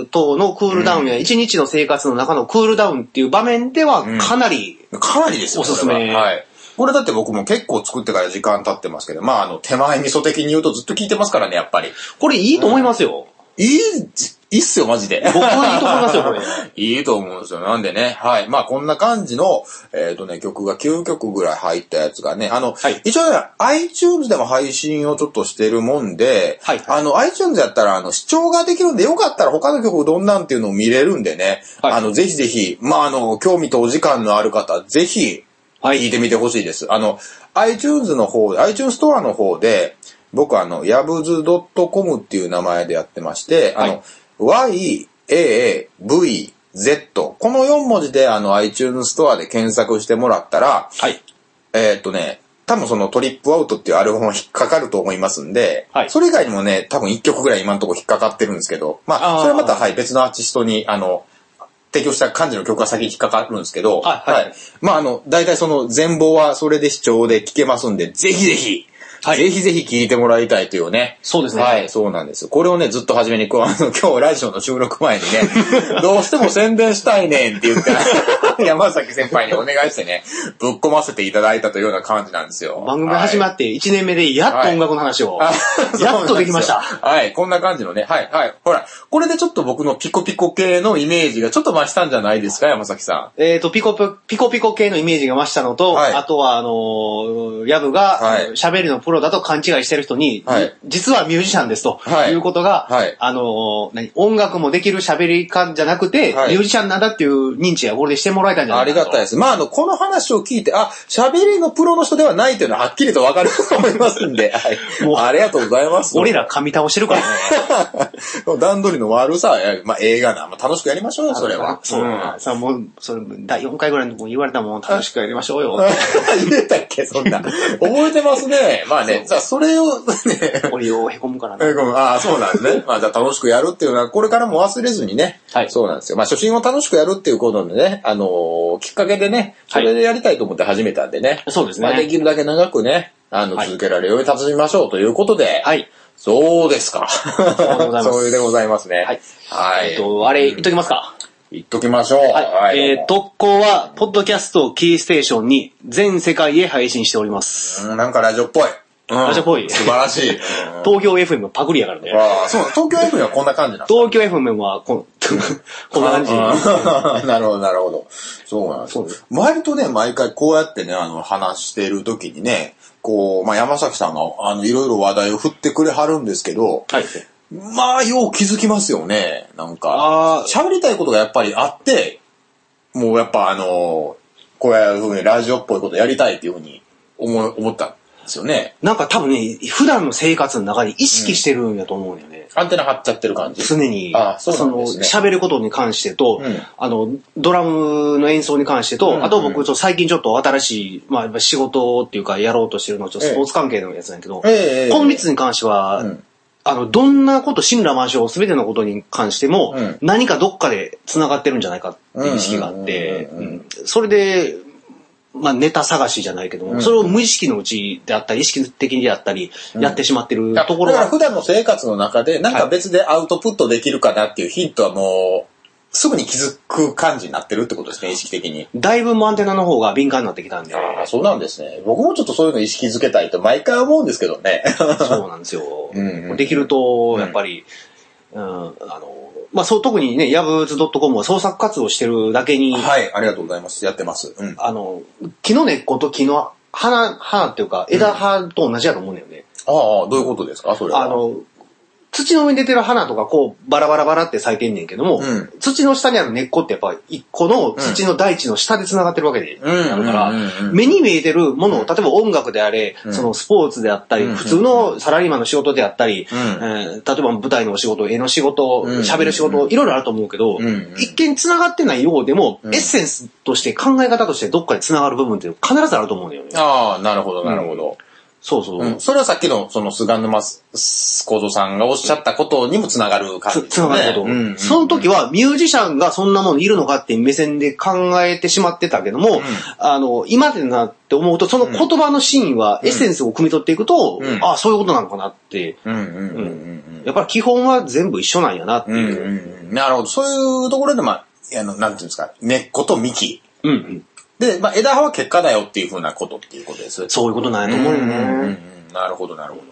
Speaker 2: ツ等のクールダウンや一日の生活の中のクールダウンっていう場面では
Speaker 1: うん
Speaker 2: かなり、
Speaker 1: かなりですよ、
Speaker 2: おすすめ
Speaker 1: これははい。これだって僕も結構作ってから時間経ってますけど、まああの、手前味噌的に言うとずっと聞いてますからね、やっぱり。
Speaker 2: これいいと思いますよ。
Speaker 1: いい、いいっすよ、マジで。
Speaker 2: 僕はいいと思いますよ、これ。
Speaker 1: いいと思うんですよ。なんでね。はい。まあ、こんな感じの、えっ、とね、曲が9曲ぐらい入ったやつがね、あの、
Speaker 2: はい
Speaker 1: 一応ね、iTunes でも配信をちょっとしてるもんで、
Speaker 2: はい
Speaker 1: あの、iTunes やったら、あの、視聴ができるんで、よかったら他の曲どんなんっていうのを見れるんでね、
Speaker 2: はい
Speaker 1: あの、ぜひぜひ、まあ、あの、興味とお時間のある方、ぜひ、
Speaker 2: はい
Speaker 1: *laughs* 聞いてみてほしいです。あの、iTunes の方、iTunes ストアの方で、僕あの、やぶず .com っていう名前でやってまして、あの、y, a, v, z この4文字であの iTunes ストアで検索してもらったら、
Speaker 2: はい。
Speaker 1: えーっとね、多分そのトリップアウトっていうアルバムは引っかかると思いますんで、
Speaker 2: はい
Speaker 1: それ以外にもね、多分1曲ぐらい今のところ引っかかってるんですけど、まあ、
Speaker 2: あー
Speaker 1: それはまた、はい、別のアーティストに、あの、提供した漢字の曲が先に引っかかるんですけど、
Speaker 2: はいはい
Speaker 1: まあ、あの、大体その全貌はそれで視聴で聞けますんで、ぜひぜひ、
Speaker 2: はい
Speaker 1: ぜひぜひ聞いてもらいたいというね。
Speaker 2: そうですね
Speaker 1: はい、そうなんです。これをね、ずっと初めに、こうあの、 *laughs* 今日ラジオの収録前にね、 *laughs* どうしても宣伝したいねんって言ったら、 *laughs* 山崎先輩にお願いしてね、ぶっ込ませていただいたというような感じなんですよ。
Speaker 2: 番組始ま
Speaker 1: っ
Speaker 2: って1年目でやっと音楽の話を、
Speaker 1: や
Speaker 2: やっとできま
Speaker 1: *laughs*
Speaker 2: した。
Speaker 1: はい、こんな感じのね、はい、はい。ほら、これでちょっと僕のピコピコ系のイメージがちょっと増したんじゃないですか、山崎さん。
Speaker 2: えっ、と、ピコピコ、ピコピコ系のイメージが増したのと、
Speaker 1: はい
Speaker 2: あとは、あのーヤブが
Speaker 1: はい
Speaker 2: 喋、りのプロだと勘違いしてる人に、
Speaker 1: はい
Speaker 2: 実はミュージシャンですと、
Speaker 1: はい
Speaker 2: い、うことが、
Speaker 1: はい
Speaker 2: あのー何音楽もできる喋り家じゃなくて、
Speaker 1: はい
Speaker 2: ミュージシャンなんだっていう認知がこれでしてもらえたんじゃな
Speaker 1: あ
Speaker 2: いか
Speaker 1: り
Speaker 2: な
Speaker 1: がたいです。まあ、あの、この話を聞いて、あ、喋りのプロの人ではないというのははっきりとわかると思いますんで、はい。
Speaker 2: *laughs* もう
Speaker 1: ありがとうございます。
Speaker 2: 俺ら噛み倒してるからね。
Speaker 1: *laughs* 段取りの悪さ、えまあ、映画な、まあ、楽しくやりましょうよ、 *laughs* それは。
Speaker 2: *laughs* そう、
Speaker 1: ん
Speaker 2: さあもう、それ、第4回ぐらいのとこに言われたもん、楽しくやりましょうよ。
Speaker 1: *laughs* 言えたっけ、そんな。覚えてますね。まあね、じゃあ、それを、ね、
Speaker 2: 俺よ、へこむからな。
Speaker 1: えごめんああ、そうなんで
Speaker 2: *laughs*
Speaker 1: すね。まあ、じゃあ楽しくやるっていうのは、これからも忘れずにね。
Speaker 2: はい
Speaker 1: そうなんですよ。まあ、初心を楽しくやるっていうことでね、あのーきっかけでね、それでやりたいと思って始めたんでね。
Speaker 2: そうですね
Speaker 1: まあ、できるだけ長くね、あの、
Speaker 2: はい
Speaker 1: 続けられるように楽しみましょうということで。
Speaker 2: はい。
Speaker 1: そうですか。 *laughs* そう
Speaker 2: でございます
Speaker 1: でございますね。
Speaker 2: はい。
Speaker 1: はい。
Speaker 2: えっ、と、あれ、言っときますか。
Speaker 1: 言っときましょう。
Speaker 2: はい。えー
Speaker 1: と。
Speaker 2: 特攻は、ポッドキャストをキーステーションに、全世界へ配信しております。
Speaker 1: うんなんかラジオっぽい。うん
Speaker 2: ラジオっぽい
Speaker 1: 素晴ら
Speaker 2: *laughs*
Speaker 1: しい。うん
Speaker 2: 東京 FM パクリやからね。
Speaker 1: わあ、そう、東京 F にはこんな
Speaker 2: *laughs*
Speaker 1: 感じなんですね
Speaker 2: 東京 FM は、この、こんな感じ。
Speaker 1: じ。 *laughs* なるほど、なるほど。そうなんです
Speaker 2: そうです
Speaker 1: 割とね、毎回こうやってね、あの、話してる時にね、こう、まあ、山崎さんが、あの、いろいろ話題を振ってくれはるんですけど、
Speaker 2: はい。
Speaker 1: まあ、よう気づきますよね。なんか
Speaker 2: あ、
Speaker 1: 喋りたいことがやっぱりあって、もうやっぱあの、こういうふうにラジオっぽいことやりたいっていうふうに思い思ったんですよね。
Speaker 2: なんか多分ね、普段の生活の中に意識してるんやと思うんだよね。
Speaker 1: アンテナ張っちゃってる感じ。
Speaker 2: 常に、
Speaker 1: あそうなんですね
Speaker 2: その、喋ることに関してと、
Speaker 1: うん
Speaker 2: あの、ドラムの演奏に関してと、
Speaker 1: うん
Speaker 2: あと僕、ちょっと最近ちょっと新しい、まあ、仕事っていうか、やろうとしてるのは、ちょっと
Speaker 1: ええ
Speaker 2: スポーツ関係のやつなんやけど、
Speaker 1: ええええ
Speaker 2: 今月に関しては、
Speaker 1: うん
Speaker 2: あの、どんなこと、神羅万象、すべてのことに関しても、
Speaker 1: うん
Speaker 2: 何かどっかで繋がってるんじゃないかっていう意識があって、
Speaker 1: うんうんうんう
Speaker 2: う
Speaker 1: ん
Speaker 2: んそれで、まあ、ネタ探しじゃないけども、
Speaker 1: ん
Speaker 2: それを無意識のうちであったり、意識的にであったり、やってしまってる
Speaker 1: だ
Speaker 2: ところ
Speaker 1: だから
Speaker 2: は、
Speaker 1: 普段の生活の中で、なんか別でアウトプットできるかなっていうヒントはもう、すぐに気づく感じになってるってことですね、意識的に。
Speaker 2: だいぶもうアンテナの方が敏感になってきた
Speaker 1: *laughs*
Speaker 2: んで、
Speaker 1: ああ、そうなんですね。僕もちょっとそういうの意識づけたいと毎回思うんですけどね。
Speaker 2: そうなんですよ。
Speaker 1: うんうんうん
Speaker 2: できると、やっぱり、うん、あの、まあ、そう、特にね、ヤブーズ .com は創作活動してるだけに、
Speaker 1: *laughs* はい、ありがとうございます。やってます。うん。あ
Speaker 2: あの、木の根っこと木の花、花っていうか、枝葉と同じやと思うんだよね。
Speaker 1: あ、どういうことですかそれは。
Speaker 2: あ、の、土の上に出てる花とかこうバラバラバラって咲いてんねんけども、
Speaker 1: うん
Speaker 2: 土の下にある根っこってやっぱ一個の土の大地の下で繋がってるわけで、
Speaker 1: うん
Speaker 2: なるから、
Speaker 1: うんうんうんうん
Speaker 2: 目に見えてるものを、例えば音楽であれ、
Speaker 1: うん
Speaker 2: そのスポーツであったり、
Speaker 1: うん
Speaker 2: 普通のサラリーマンの仕事であったり、
Speaker 1: うん
Speaker 2: えー例えば舞台のお仕事、絵の仕事、
Speaker 1: うん
Speaker 2: 喋、る仕事、いろいろあると思うけど、
Speaker 1: うんうん
Speaker 2: 一見繋がってないようでも、
Speaker 1: うん
Speaker 2: エッセンスとして考え方としてどっかで繋がる部分って必ずあると思うんだよね。
Speaker 1: ああ、なるほど、なるほど。
Speaker 2: そうそう。
Speaker 1: うん。それはさっきの、その、菅沼小僧さんがおっしゃったことにもつながる感じ
Speaker 2: つ、
Speaker 1: です
Speaker 2: つ
Speaker 1: ね。
Speaker 2: ながること。
Speaker 1: うんうん。
Speaker 2: その時は、ミュージシャンがそんなものいるのかっていう目線で考えてしまってたけども、あの、今でなって思うと、その言葉の真意は、エッセンスを汲み取っていくと、
Speaker 1: うん
Speaker 2: ああ、そういうことなのかなって、
Speaker 1: うんうんうんうんうん。
Speaker 2: やっぱり基本は全部一緒なんやなって
Speaker 1: うん
Speaker 2: いう。
Speaker 1: うんうん。なるほど。そういうところで、まあ、あの、なんていうんですか、根っこと幹。
Speaker 2: うんうん
Speaker 1: で、まあ、枝葉は結果だよっていうふうなことっていうことです。
Speaker 2: そういうことなんやと思うよ
Speaker 1: うんうんう
Speaker 2: ね。
Speaker 1: んなるほど、なるほど。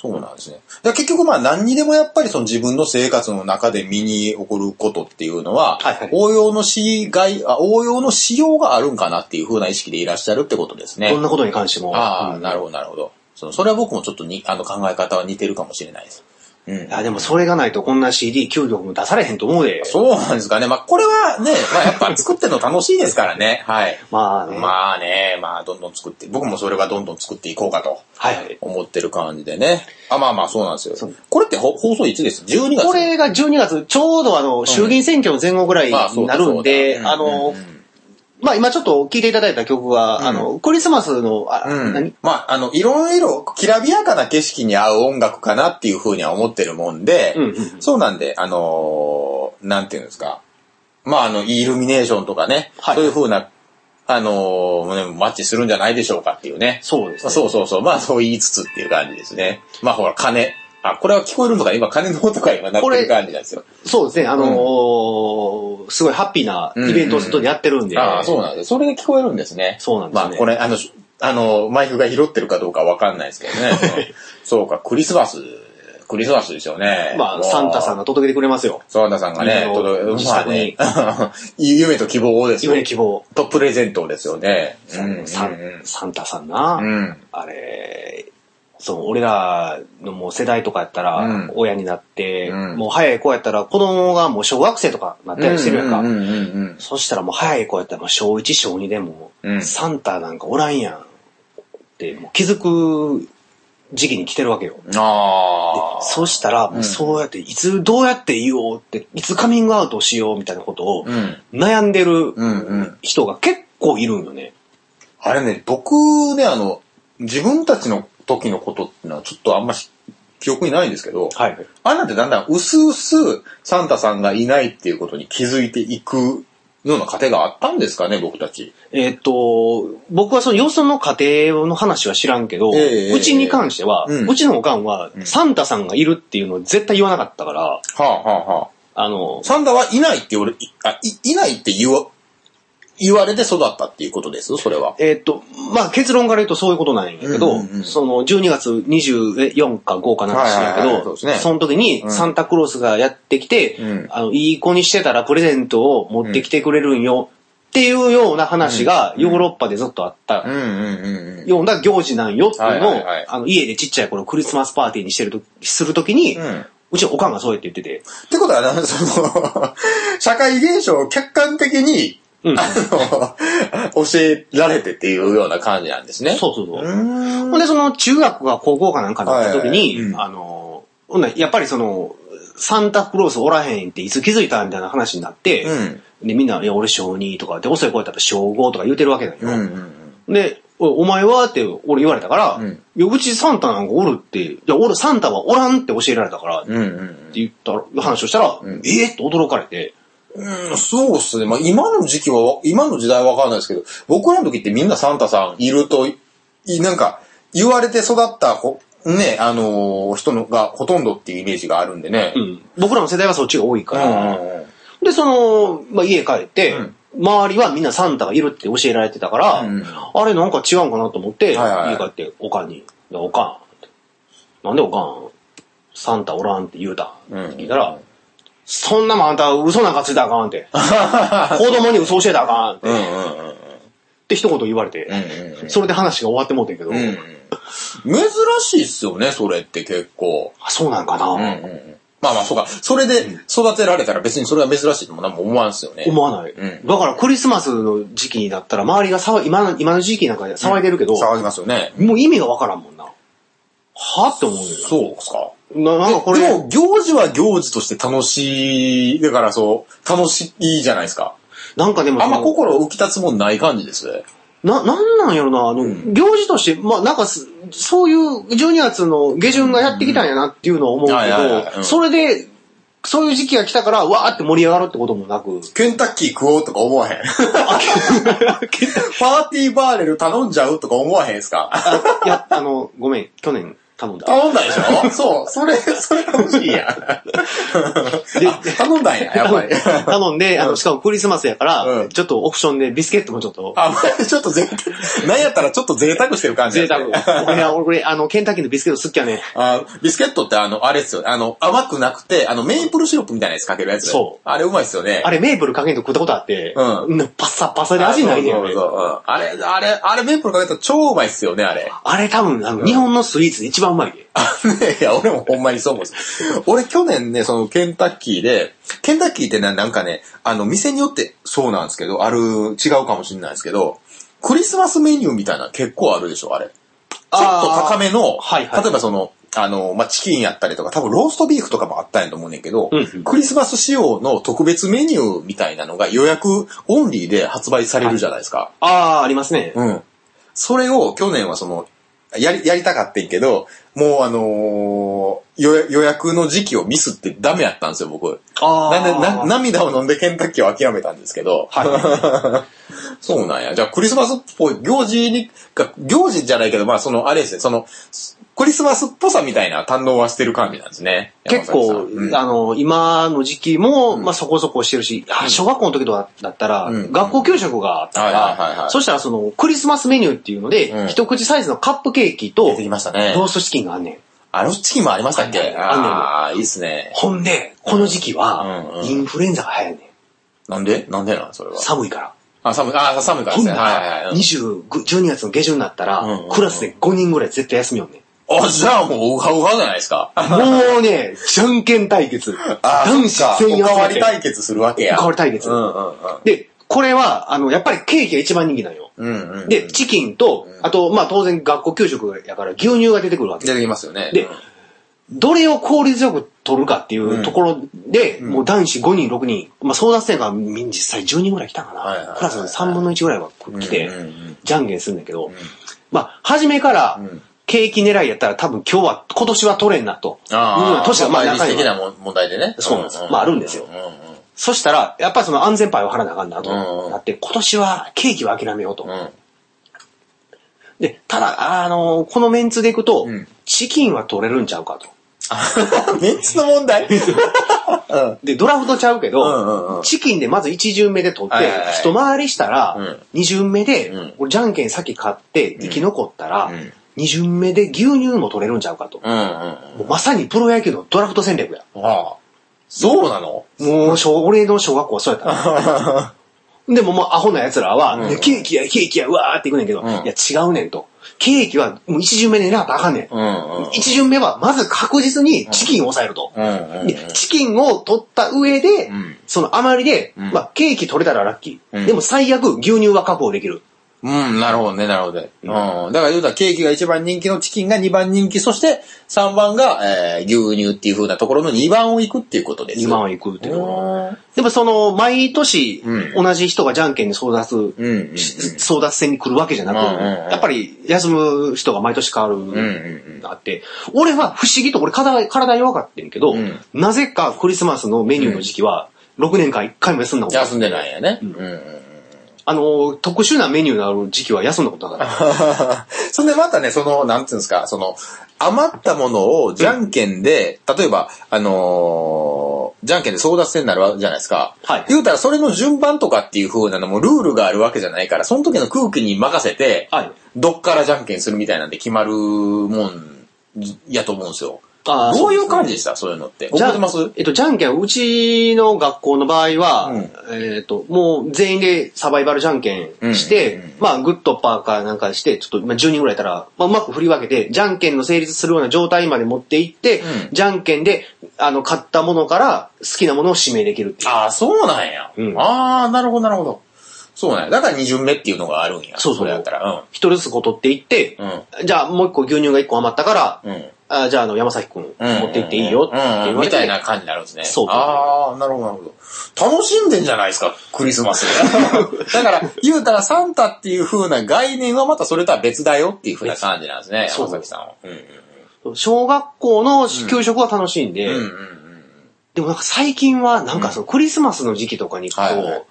Speaker 1: そうなんですね。で結局まあ何にでもやっぱりその自分の生活の中で身に起こることっていうのは、
Speaker 2: はいはい
Speaker 1: 応用のしがいあ、応用のしようがあるんかなっていうふうな意識でいらっしゃるってことですね。
Speaker 2: どんなことに関しても。
Speaker 1: ああ、
Speaker 2: うん
Speaker 1: なるほど、なるほど。そのそれは僕もちょっとにあの考え方は似てるかもしれないです。うん
Speaker 2: い。や、でもそれがないとこんな CD9 曲も出されへんと思うで。
Speaker 1: そうなんですかね。まあ、これはね、まあ、やっぱ作ってるの楽しいですから
Speaker 2: *laughs*
Speaker 1: ね。はい。
Speaker 2: まあね。
Speaker 1: まあね、まあ、どんどん作って、僕もそれはどんどん作っていこうかと
Speaker 2: はいはい。
Speaker 1: 思ってる感じでね。あ、まあまあ、そうなんです
Speaker 2: そ
Speaker 1: よ
Speaker 2: う。
Speaker 1: これってほ放送いつです ?12 月。
Speaker 2: これが12月、ちょうどあの、衆議院選挙の前後ぐらい
Speaker 1: まあ、そう
Speaker 2: に
Speaker 1: だ
Speaker 2: なるんで
Speaker 1: そ、うだ
Speaker 2: あの
Speaker 1: うんう、ん
Speaker 2: まあ今ちょっと聴いていただいた曲は、
Speaker 1: うん
Speaker 2: あの、クリスマスの、あ
Speaker 1: うん
Speaker 2: 何
Speaker 1: まあ、あの、いろいろ、きらびやかな景色に合う音楽かなっていうふうには思ってるもんで、
Speaker 2: うんうん
Speaker 1: そうなんで、あのーなんていうんですか。まあ、あの、イルミネーションとかね、
Speaker 2: はい
Speaker 1: そういう風な、あのーねマッチするんじゃないでしょうかっていうね。
Speaker 2: そうですね。
Speaker 1: そうそうそう。まあ、そう言いつつっていう感じですね。まあ、ほら、金。あ、これは聞こえるのか今、金の音が今なって
Speaker 2: これ
Speaker 1: る感じなんですよ。
Speaker 2: そうですね。あのーすごいハッピーなイベントを外でやってるんで。
Speaker 1: ああ、そうなんです。それで聞こえるんですね。
Speaker 2: そうなんですね
Speaker 1: まあ、これ、あの、しあの、マイクが拾ってるかどうかわかんないですけど *laughs* ね。そうか、クリスマス、クリスマスですよね。
Speaker 2: まあ、サンタさん
Speaker 1: ん。
Speaker 2: が届けてくれますよ。
Speaker 1: サンタさんがね、
Speaker 2: あの
Speaker 1: 届け
Speaker 2: 自宅に
Speaker 1: まあね *laughs* 夢と希望をです
Speaker 2: 夢に
Speaker 1: よ。
Speaker 2: 希望。
Speaker 1: とプレゼントですよね。うん
Speaker 2: サンサンタさんな。
Speaker 1: うんうん。
Speaker 2: あれ、そう、俺らのもう世代とかやった
Speaker 1: う
Speaker 2: ら
Speaker 1: ん、
Speaker 2: 親になって、
Speaker 1: うん
Speaker 2: もう早い子やったら、子供がもう小学生とかなったりしてるやんか。
Speaker 1: うんうんうんうん。
Speaker 2: そしたらもう早い子やったら、もう小1、小2でも、
Speaker 1: うん
Speaker 2: サンタなんかおらんやん。って、もう気づく時期に来てるわけよ。
Speaker 1: ああ。
Speaker 2: そうしたら、もうそうやって、いつどうやって言おうって、いつカミングアウトしようみたいなことを
Speaker 1: うん。
Speaker 2: 悩んでる
Speaker 1: うんうん
Speaker 2: 人が結構いるんよね。
Speaker 1: あれね、僕ね、あの、自分たちの時のことってのはちょっとあんまし記憶にないんですけど、
Speaker 2: はい。
Speaker 1: あなたってだんだん薄々サンタさんがいないっていうことに気づいていくような過程があったんですかね、僕たち。
Speaker 2: えっと、僕はそのよその家庭の話は知らんけど、
Speaker 1: ええ
Speaker 2: うちに関しては、
Speaker 1: うん
Speaker 2: うちのおかんは、サンタさんがいるっていうのを絶対言わなかったから、
Speaker 1: はあはあは
Speaker 2: あの
Speaker 1: あ。、サンタはいないって俺、いあいいないって言わ、言われて育ったっていうことです、それは。
Speaker 2: えっと、まあ、結論から言うとそういうことなんやけど、
Speaker 1: うんうんうん
Speaker 2: その12月24か5かなんか知らんけ
Speaker 1: はい
Speaker 2: ど、
Speaker 1: はいはいそうですね
Speaker 2: の時に
Speaker 1: うん
Speaker 2: サンタクロースがやってきて、
Speaker 1: うん
Speaker 2: あの、いい子にしてたらプレゼントを持ってきてくれるんよっていうような話がヨーロッパでずっとあった
Speaker 1: うんうんうんうん。
Speaker 2: ような行事なんよっていうのを、
Speaker 1: はいはいはい
Speaker 2: あの、家でちっちゃい頃クリスマスパーティーにしてると、するときに、う
Speaker 1: うん
Speaker 2: ちのおかんがそうやって言ってて、
Speaker 1: ってことはな、その、社会現象を客観的に、
Speaker 2: うん
Speaker 1: あの、教えられてっていうような感じなんですね。
Speaker 2: そうそうそう
Speaker 1: う。ーん。
Speaker 2: ほんで、その中学が高校かなんかだった時に、
Speaker 1: はいはいはいうん
Speaker 2: あの、ほんならやっぱりその、サンタクロースおらへんっていつ気づいたみたいな話になって、
Speaker 1: うん
Speaker 2: で、みんな、いや、俺小2とか、で、遅い子やったら小5とか言うてるわけだよ。
Speaker 1: うんうんうん。
Speaker 2: で、おお前はって俺言われたから、
Speaker 1: うん
Speaker 2: いや、うちサンタなんかおるって、いや、俺サンタはおらんって教えられたから、って
Speaker 1: うんうん
Speaker 2: 言ったら、話をしたら、
Speaker 1: ん
Speaker 2: ええって驚かれて、
Speaker 1: うん。うん、そうっすね。まあ今の時期は、今の時代はわかんないですけど、僕らの時ってみんなサンタさんいると、いなんか、言われて育ったほ、ね、あのー人のがほとんどっていうイメージがあるんでね。
Speaker 2: うん僕らの世代はそっちが多いか
Speaker 1: う
Speaker 2: ら、
Speaker 1: んうん
Speaker 2: で、その、まあ、家帰って、
Speaker 1: ん
Speaker 2: 周りはみんなサンタがいるって教えられてたから、
Speaker 1: うん
Speaker 2: あれなんか違うんかなと思って、
Speaker 1: はいはい
Speaker 2: 家帰って、おかんに、いやおかんって、なんでおかん、サンタおらんって言うたんって聞いたら、
Speaker 1: うん
Speaker 2: そんなもんあんた嘘なんかついたらあかんっ
Speaker 1: *laughs*
Speaker 2: て。子供に嘘教えたらあかんって。
Speaker 1: う
Speaker 2: っ
Speaker 1: んうんうん。
Speaker 2: て一言言われて、
Speaker 1: うんうんうん。
Speaker 2: それで話が終わってもうてんけど、
Speaker 1: うん珍しいっすよね、それって結構。
Speaker 2: あそうなんかな、
Speaker 1: まあまあ、そうか。それで育てられたら別にそれは珍しいとも何も思わんっすよね。
Speaker 2: 思わない、
Speaker 1: うん
Speaker 2: だからクリスマスの時期になったら、周りが騒い今の、今の時期なんか騒いでるけど、
Speaker 1: 騒ぎますよね。
Speaker 2: もう意味がわからんもんな。はって思うよな。
Speaker 1: そうっすか。
Speaker 2: な、なんかこれ、
Speaker 1: でも、行事は行事として楽しい、だからそう、楽しいじゃないですか。
Speaker 2: なんかでも
Speaker 1: あ
Speaker 2: そ
Speaker 1: ん
Speaker 2: の、
Speaker 1: ま心浮き立つもんない感じですね。
Speaker 2: な、なんなんやろな、あの、行事として、まあなんかす、そういう12月の下旬がやってきたんやなっていうのは思うけ
Speaker 1: うんはいはいはい
Speaker 2: ど、
Speaker 1: うん
Speaker 2: それで、そういう時期が来たから、わーって盛り上がるってこともなく、
Speaker 1: ケンタッキー食おうとか思わへん。パーティーバーレル頼んじゃうとか思わへんですか
Speaker 2: あい *laughs* や、あの、ごめん、去年頼んだ。
Speaker 1: 頼んだでしょそう、それ、それ楽しいやん。あ頼んだんや、やっぱり。
Speaker 2: *laughs* 頼んで、あの、しかもクリスマスやから、
Speaker 1: うん
Speaker 2: ちょっとオプションでビスケットもちょっと、
Speaker 1: あ、まあちょっと贅沢。なんやったらちょっと贅沢してる感じ、
Speaker 2: 贅沢。俺は、俺、あの、ケンタッキーのビスケット好きやね。
Speaker 1: *laughs* あビスケットってあの、あれっすよ。あの、甘くなくて、あの、メープルシロップみたいなやつかけるやつ。
Speaker 2: そう
Speaker 1: あれうまいっすよね。
Speaker 2: あれ、メープルかけんと食ったことあって、
Speaker 1: う
Speaker 2: パッサパサで味ないねん
Speaker 1: あ
Speaker 2: よ
Speaker 1: そう
Speaker 2: ね
Speaker 1: そうそううんあれ、あれ、あれメープルかけたら超うまいっすよね、あれ。 *laughs*
Speaker 2: あれ多分、あの、日本のスイーツで一番うまいで。
Speaker 1: あのねいや、俺もほんまにそう思うんです。俺去年ね、そのケンタッキーで、ケンタッキーってななんかね、あの、店によってそうなんですけど、ある、違うかもしれないですけど、クリスマスメニューみたいなの結構あるでしょ、あれ。ちょっと高めの、
Speaker 2: はいはい
Speaker 1: 例えばその、あの、まあ、チキンやったりとか、多分ローストビーフとかもあったんやと思うねんけど、
Speaker 2: うんうん
Speaker 1: クリスマス仕様の特別メニューみたいなのが予約オンリーで発売されるじゃないですか。
Speaker 2: ああ、ありますね。
Speaker 1: うん。それを去年はその、やり、やりたかってんけど、もうあのー予、予約の時期をミスってダメやったんですよ、僕。
Speaker 2: あ
Speaker 1: なんでな
Speaker 2: な、
Speaker 1: 涙を飲んでケンタッキーを諦めたんですけど。 *laughs* そうなんや。じゃあクリスマスっぽい行事に、か行事じゃないけど、まあその、あれですね、その、クリスマスっぽさみたいな堪能はしてる感じなんですね。
Speaker 2: 結
Speaker 1: 山
Speaker 2: 構、
Speaker 1: 崎さんうん
Speaker 2: あの、今の時期も、まあ、そこそこしてるし、あ小学校の時とかだったら、
Speaker 1: うん
Speaker 2: 学校給食があったか
Speaker 1: はいはいはいは
Speaker 2: ら、
Speaker 1: い
Speaker 2: そしたらその、クリスマスメニューっていうので、
Speaker 1: うん
Speaker 2: 一口サイズのカップケーキと、
Speaker 1: 出てきましたね
Speaker 2: ローストチキンがあんねん。
Speaker 1: あのチキンもありましたっけ
Speaker 2: あんねん
Speaker 1: ああ、いいっすね。
Speaker 2: ほんで、この時期
Speaker 1: うんう
Speaker 2: は、
Speaker 1: ん
Speaker 2: インフルエンザが流行んね
Speaker 1: なんでなんでなんそれは
Speaker 2: ん。。寒いから。
Speaker 1: あ、寒い、あ、寒いから
Speaker 2: ほん
Speaker 1: ですね。
Speaker 2: な
Speaker 1: はいはいは
Speaker 2: ら、
Speaker 1: い。
Speaker 2: 20 12月の下旬になったら、
Speaker 1: うんうんうん
Speaker 2: クラスで5人ぐらい絶対休みよん
Speaker 1: *laughs*
Speaker 2: ねん。
Speaker 1: あ、じゃあもう、ウハウハじゃないですか。
Speaker 2: もうね、じゃんけん対決。男
Speaker 1: そっ
Speaker 2: 子
Speaker 1: か
Speaker 2: 全員
Speaker 1: おかわ
Speaker 2: 集め
Speaker 1: り
Speaker 2: て。
Speaker 1: 対決するわけや。
Speaker 2: おかわり対決
Speaker 1: うんうんうん。
Speaker 2: で、これは、あの、やっぱりケーキが一番人気なんよ。
Speaker 1: うんうんうん。
Speaker 2: で、チキンと、あと、まあ当然学校給食やから牛乳が出てくるわけ。
Speaker 1: 出てきますよね。
Speaker 2: で、どれを効率よく取るかっていうところで、
Speaker 1: ん
Speaker 2: もう男子5人、6人、まあ争奪戦が実際10人ぐらい来たか
Speaker 1: はいはいは
Speaker 2: な。
Speaker 1: い
Speaker 2: クラスの3分の1ぐらいは来て
Speaker 1: うんうんうん、
Speaker 2: じゃんけんするんだけど、まあ、初めから、ケーキ狙いやったら多分今日は、今年は取れんなと。いうよう
Speaker 1: あ
Speaker 2: な
Speaker 1: あ、
Speaker 2: 年が、まあ、
Speaker 1: まあ、
Speaker 2: 中
Speaker 1: 的
Speaker 2: に
Speaker 1: な
Speaker 2: は。
Speaker 1: もん問題でね。
Speaker 2: そうなんです
Speaker 1: う
Speaker 2: まああるんですよ
Speaker 1: うんうん
Speaker 2: そしたら、やっぱりその安全牌を払わなあかんなと。
Speaker 1: うんうん
Speaker 2: なって、今年はケーキは諦めようと。
Speaker 1: うん。
Speaker 2: で、ただ、あの、このメンツでいくと、
Speaker 1: うん
Speaker 2: チキンは取れるんちゃうかと。
Speaker 1: *laughs* メンツの問題うん。
Speaker 2: で、ドラフトちゃうけど、
Speaker 1: うんうんうん
Speaker 2: チキンでまず1巡目で取って、
Speaker 1: はいはいはい
Speaker 2: 一回りしたら、
Speaker 1: うん
Speaker 2: 2巡目で、
Speaker 1: うん
Speaker 2: 俺じゃんけん先買って生き残ったら、
Speaker 1: うん
Speaker 2: 2巡目で牛乳も取れるんちゃうかと。
Speaker 1: うんうん
Speaker 2: もうまさにプロ野球のドラフト戦略や。
Speaker 1: うん。ああ。そうなの
Speaker 2: もう小、俺の小学校はそうやった。でももうアホな奴らは、
Speaker 1: うん
Speaker 2: ねケーキやケーキやうわーっていくねんけど、
Speaker 1: うん
Speaker 2: いや違うねんと。ケーキはもう1巡目で狙ったらあかんねん。
Speaker 1: うんうん。
Speaker 2: 一巡目は、まず確実にチキンを抑えると。
Speaker 1: うんうんうん。
Speaker 2: でチキンを取った上で、
Speaker 1: うん
Speaker 2: その余りで、
Speaker 1: うん
Speaker 2: まあ、ケーキ取れたらラッキー。
Speaker 1: うん
Speaker 2: でも最悪、牛乳は確保できる。
Speaker 1: うん、なるほどね、なるほどね。うん。だから言うたら、ケーキが一番人気のチキンが二番人気、そして三番が、えー、牛乳っていう風なところの二番を行くっていうことです。
Speaker 2: 2万
Speaker 1: を
Speaker 2: はいくっていうところ。
Speaker 1: 行く。
Speaker 2: でもその、毎年、
Speaker 1: う
Speaker 2: 同じ人がじゃんけんに争奪、
Speaker 1: うんうんうん
Speaker 2: 争奪戦に来るわけじゃなく、
Speaker 1: うんうんうん
Speaker 2: やっぱり休む人が毎年変わる、
Speaker 1: ん
Speaker 2: あって、俺は不思議と、俺体体弱かってんけど、
Speaker 1: うん
Speaker 2: なぜかクリスマスのメニューの時期は、6年間1回も休んだことない
Speaker 1: 休んでないんやね。うん。
Speaker 2: あの、特殊なメニューのある時期は休んだことなかった。
Speaker 1: *laughs* そんでまたね、その、なんつうんですか、その、余ったものをじゃんけんで、例えば、あのーじゃんけんで争奪戦になるわけじゃないですか。
Speaker 2: はい
Speaker 1: 言うたら、それの順番とかっていう風なのもルールがあるわけじゃないから、その時の空気に任せて、
Speaker 2: はい。
Speaker 1: どっからじゃんけんするみたいなんで決まるもんやと思うんですよ。
Speaker 2: あ
Speaker 1: どういう感
Speaker 2: じ
Speaker 1: じでしたそういうのって。
Speaker 2: じ
Speaker 1: 覚えてます
Speaker 2: ゃんえっと、じゃんけん、うちの学校の場合は、
Speaker 1: うん
Speaker 2: えっと、もう全員でサバイバルじゃんけんして、
Speaker 1: うんうんうん
Speaker 2: まあ、グッドパーかなんかして、ちょっと、まあ、10人ぐらいいたら、まあ、うまく振り分けて、じゃんけんの成立するような状態まで持っていって、
Speaker 1: うん
Speaker 2: じゃんけんで、あの、買ったものから好きなものを指名できるっていう。
Speaker 1: ああ、そうなんや。
Speaker 2: うん
Speaker 1: ああ、なるほど、なるほど。そうなんや。だから二巡目っていうのがあるんや。
Speaker 2: そうそう
Speaker 1: れやったら。
Speaker 2: 一人ずつこう取っていって、
Speaker 1: うん。うん。
Speaker 2: じゃあもう一個牛乳が一個余ったから、
Speaker 1: うん。
Speaker 2: あじゃああの山崎くん
Speaker 1: うん
Speaker 2: 持って行っていいよって
Speaker 1: うん
Speaker 2: 言
Speaker 1: うん
Speaker 2: われ
Speaker 1: み
Speaker 2: て、
Speaker 1: たいな感じになるんですね。
Speaker 2: そう
Speaker 1: ああ、なるほど、なるほど。楽しんでんじゃないですか、クリスマス。 *laughs* だから、言うたらサンタっていう風な概念はまたそれとは別だよっていう風な感じなんですね、
Speaker 2: 別
Speaker 1: 山崎さんは。うんうん
Speaker 2: 小学校の給食は楽しいんで、
Speaker 1: うんうん
Speaker 2: でもなんか最近はなんかそのクリスマスの時期とかにこう、
Speaker 1: はいはい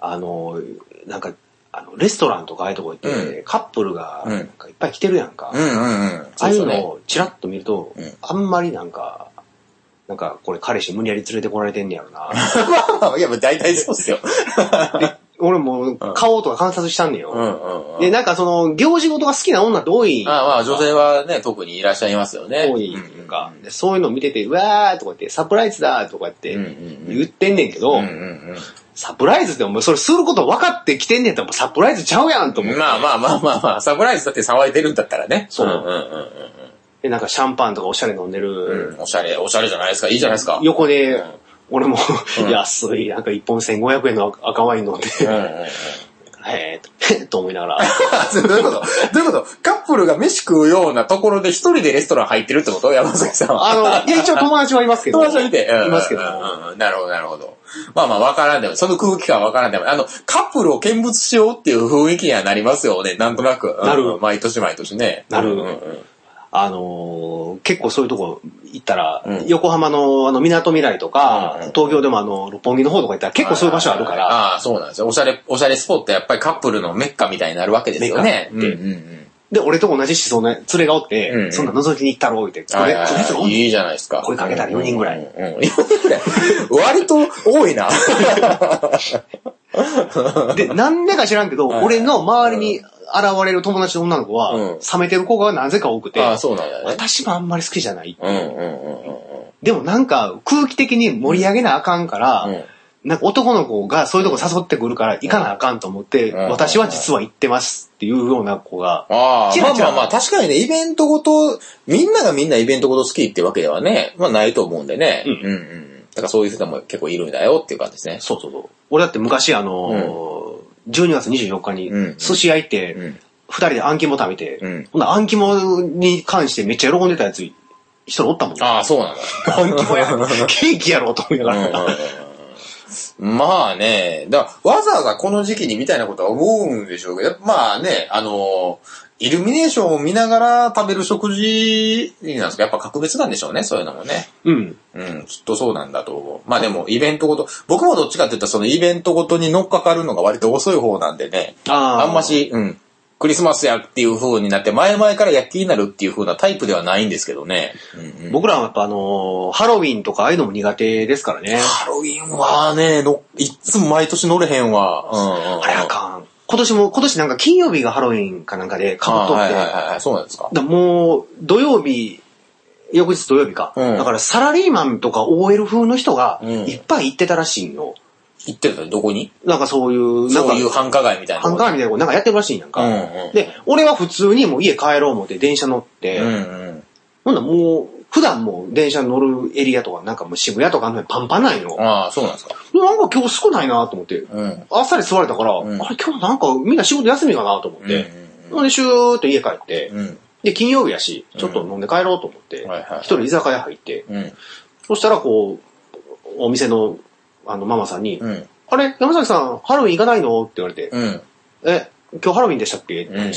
Speaker 2: あの、なんか、あの、レストランとかああいうとこ行って、
Speaker 1: う
Speaker 2: カップルが
Speaker 1: うん
Speaker 2: なんかいっぱい来てるやんか。
Speaker 1: うん。うんうんうん。
Speaker 2: ああいう
Speaker 1: そうそうね
Speaker 2: のをチラッと見ると、
Speaker 1: うん
Speaker 2: あんまりなんか、なんかこれ彼氏無理やり連れてこられてんねやろな。
Speaker 1: いや、もう大体そうっすよ。
Speaker 2: 俺もう買おうとか観察したんねよ。
Speaker 1: んうん
Speaker 2: で、なんかその、行事事が好きな女って多い。
Speaker 1: まあまあ、女性はね、特にいらっしゃいますよね。
Speaker 2: 多いっていうか、でそういうのを見てて、うわーとか言って、サプライズだとか言って
Speaker 1: うんうんうん
Speaker 2: 言ってんねんけど、
Speaker 1: うんうん
Speaker 2: サプライズってお前それすること分かってきてんねんやったらもうサプライズちゃうやんと
Speaker 1: う
Speaker 2: 思っ
Speaker 1: ん。
Speaker 2: て、
Speaker 1: まあまあまあまあまあ、サプライズだって騒いでるんだったらね。
Speaker 2: そうん
Speaker 1: うんうん
Speaker 2: でなんかシャンパンとかおしゃれ飲んで
Speaker 1: うんう
Speaker 2: る、
Speaker 1: ん。おしゃれ、おしゃれじゃないですか。いいじゃないですか。
Speaker 2: 横で、
Speaker 1: うん
Speaker 2: 俺も、
Speaker 1: うん
Speaker 2: 安い、なんか1本1500円の赤ワイン飲んで、
Speaker 1: うんうんうん。
Speaker 2: へーとと思いながら、
Speaker 1: *laughs* どういうことどういうことカップルが飯食うようなところで一人でレストラン入ってるってこと山崎さんは。
Speaker 2: あの、いや一応友達はいますけど、
Speaker 1: 友達はいて。うん
Speaker 2: いますけど、
Speaker 1: うんうんうんなるほど、なるほど。まあまあ、わからんでも、その空気感はわからんでも、あの、カップルを見物しようっていう雰囲気にはなりますよね。なんとなく。うん
Speaker 2: なる
Speaker 1: 毎年毎年ね。
Speaker 2: なる
Speaker 1: うんうんうん
Speaker 2: あのー結構そういうとこ行ったら、
Speaker 1: うん
Speaker 2: 横浜のあの、港未来とか、
Speaker 1: うんうん
Speaker 2: 東京でもあの、六本木の方とか行ったら結構そういう場所あるから、
Speaker 1: ああ、そうなんですよ。おしゃれ、おしゃれスポットやっぱりカップルのメッカみたいになるわけですよね。
Speaker 2: メッカって
Speaker 1: うんうんうん
Speaker 2: で、俺と同じ思想の連れがおって、
Speaker 1: うんうん
Speaker 2: そんな覗きに行ったろう、言って。こ
Speaker 1: は
Speaker 2: れ、
Speaker 1: いはい
Speaker 2: これいつ
Speaker 1: はい。いいじゃないですか。
Speaker 2: 声かけたら4人ぐらい
Speaker 1: うんうんうん。4人ぐらい。割と
Speaker 2: *laughs*
Speaker 1: 多いな。
Speaker 2: で、なんでか知らんけど、
Speaker 1: はい
Speaker 2: 俺の周りに現れる友達の女の子は、
Speaker 1: うん
Speaker 2: 冷めてる子がなぜか多くて、
Speaker 1: ああ、そうなんだね。
Speaker 2: 私もあんまり好きじゃない。
Speaker 1: うんうんうんうん
Speaker 2: でもなんか空気的に盛り上げなあかんから、
Speaker 1: うん。うん
Speaker 2: なんか男の子がそういうとこ誘ってくるから行かなあかんと思って、
Speaker 1: うん
Speaker 2: 私は実は行ってますっていうような子が、
Speaker 1: ああ、
Speaker 2: 違う
Speaker 1: まあ
Speaker 2: 違う
Speaker 1: まあまあ、確かにね、イベントごと、みんながみんなイベントごと好きってわけではね、まあないと思うんでね。
Speaker 2: うん
Speaker 1: うんうん。だからそういう人も結構いるんだよっていう感じですね。
Speaker 2: そうそうそう。俺だって昔あのー12月24日に
Speaker 1: うん
Speaker 2: 寿司屋行って、
Speaker 1: うん。
Speaker 2: 二人であん肝食べて、
Speaker 1: うん
Speaker 2: ほんならあん肝に関してめっちゃ喜んでたやつ、一人おったもんね。
Speaker 1: ああ、そうなんだ。
Speaker 2: あん肝や。 *laughs* ケーキやろうと思いながら。
Speaker 1: うんうんうん *laughs* まあね、だからわざわざこの時期にみたいなことは思うんでしょうけど、まあね、あの、イルミネーションを見ながら食べる食事なんですかやっぱ格別なんでしょうね、そういうのもね。
Speaker 2: うん。
Speaker 1: うん、きっとそうなんだと思う。まあでも、イベントごと、僕もどっちかって言ったらそのイベントごとに乗っかかるのが割と遅い方なんでね、
Speaker 2: あ
Speaker 1: あんま。し、うん、クリスマスやっていう風になって、前々から焼きになるっていう風なタイプではないんですけどね。うんうん
Speaker 2: 僕らはやっぱあのーハロウィンとかああいうのも苦手ですからね。
Speaker 1: ハロウィンはね、のいっつも毎年乗れへんわ。うんうんうん
Speaker 2: あれあかん。今年も、今年なんか金曜日がハロウィンかなんかでかぶっとっ
Speaker 1: はい
Speaker 2: て、
Speaker 1: はいはいはい、そうなんですか。
Speaker 2: だもう土曜日、翌日土曜日か。
Speaker 1: うん
Speaker 2: だからサラリーマンとか OL 風の人が
Speaker 1: うん
Speaker 2: いっぱい行ってたらしいんよ。
Speaker 1: 行ってるのどこに
Speaker 2: なんかそういう、なん
Speaker 1: そ
Speaker 2: か
Speaker 1: ういう繁華街みたいな。
Speaker 2: 繁華街みたいなことなんかやってるらしいんやんか。
Speaker 1: うんうん
Speaker 2: で、俺は普通にもう家帰ろう思って電車乗って、
Speaker 1: うんうん。
Speaker 2: ほんならもう、普段も電車乗るエリアとか、なんかもう渋谷とかあんのにパンパンなんよ。
Speaker 1: ああ、そうなんですか。
Speaker 2: なんか今日少ないなと思って、
Speaker 1: うん。
Speaker 2: あっさり座れたから、あ
Speaker 1: ん
Speaker 2: れ今日なんかみんな仕事休みかなと思って、ほんでシューって家帰って、
Speaker 1: うんうん
Speaker 2: で、金曜日やし、ちょっと飲んで帰ろうと思って、
Speaker 1: うんはいはい
Speaker 2: 一人居酒屋入って、
Speaker 1: うん。
Speaker 2: そしたらこう、お店の、あの、ママさんに、
Speaker 1: うん。
Speaker 2: あれ山崎さん、ハロウィン行かないのって言われて、
Speaker 1: うん。
Speaker 2: え、今日ハロウィンでしたっけって
Speaker 1: うん。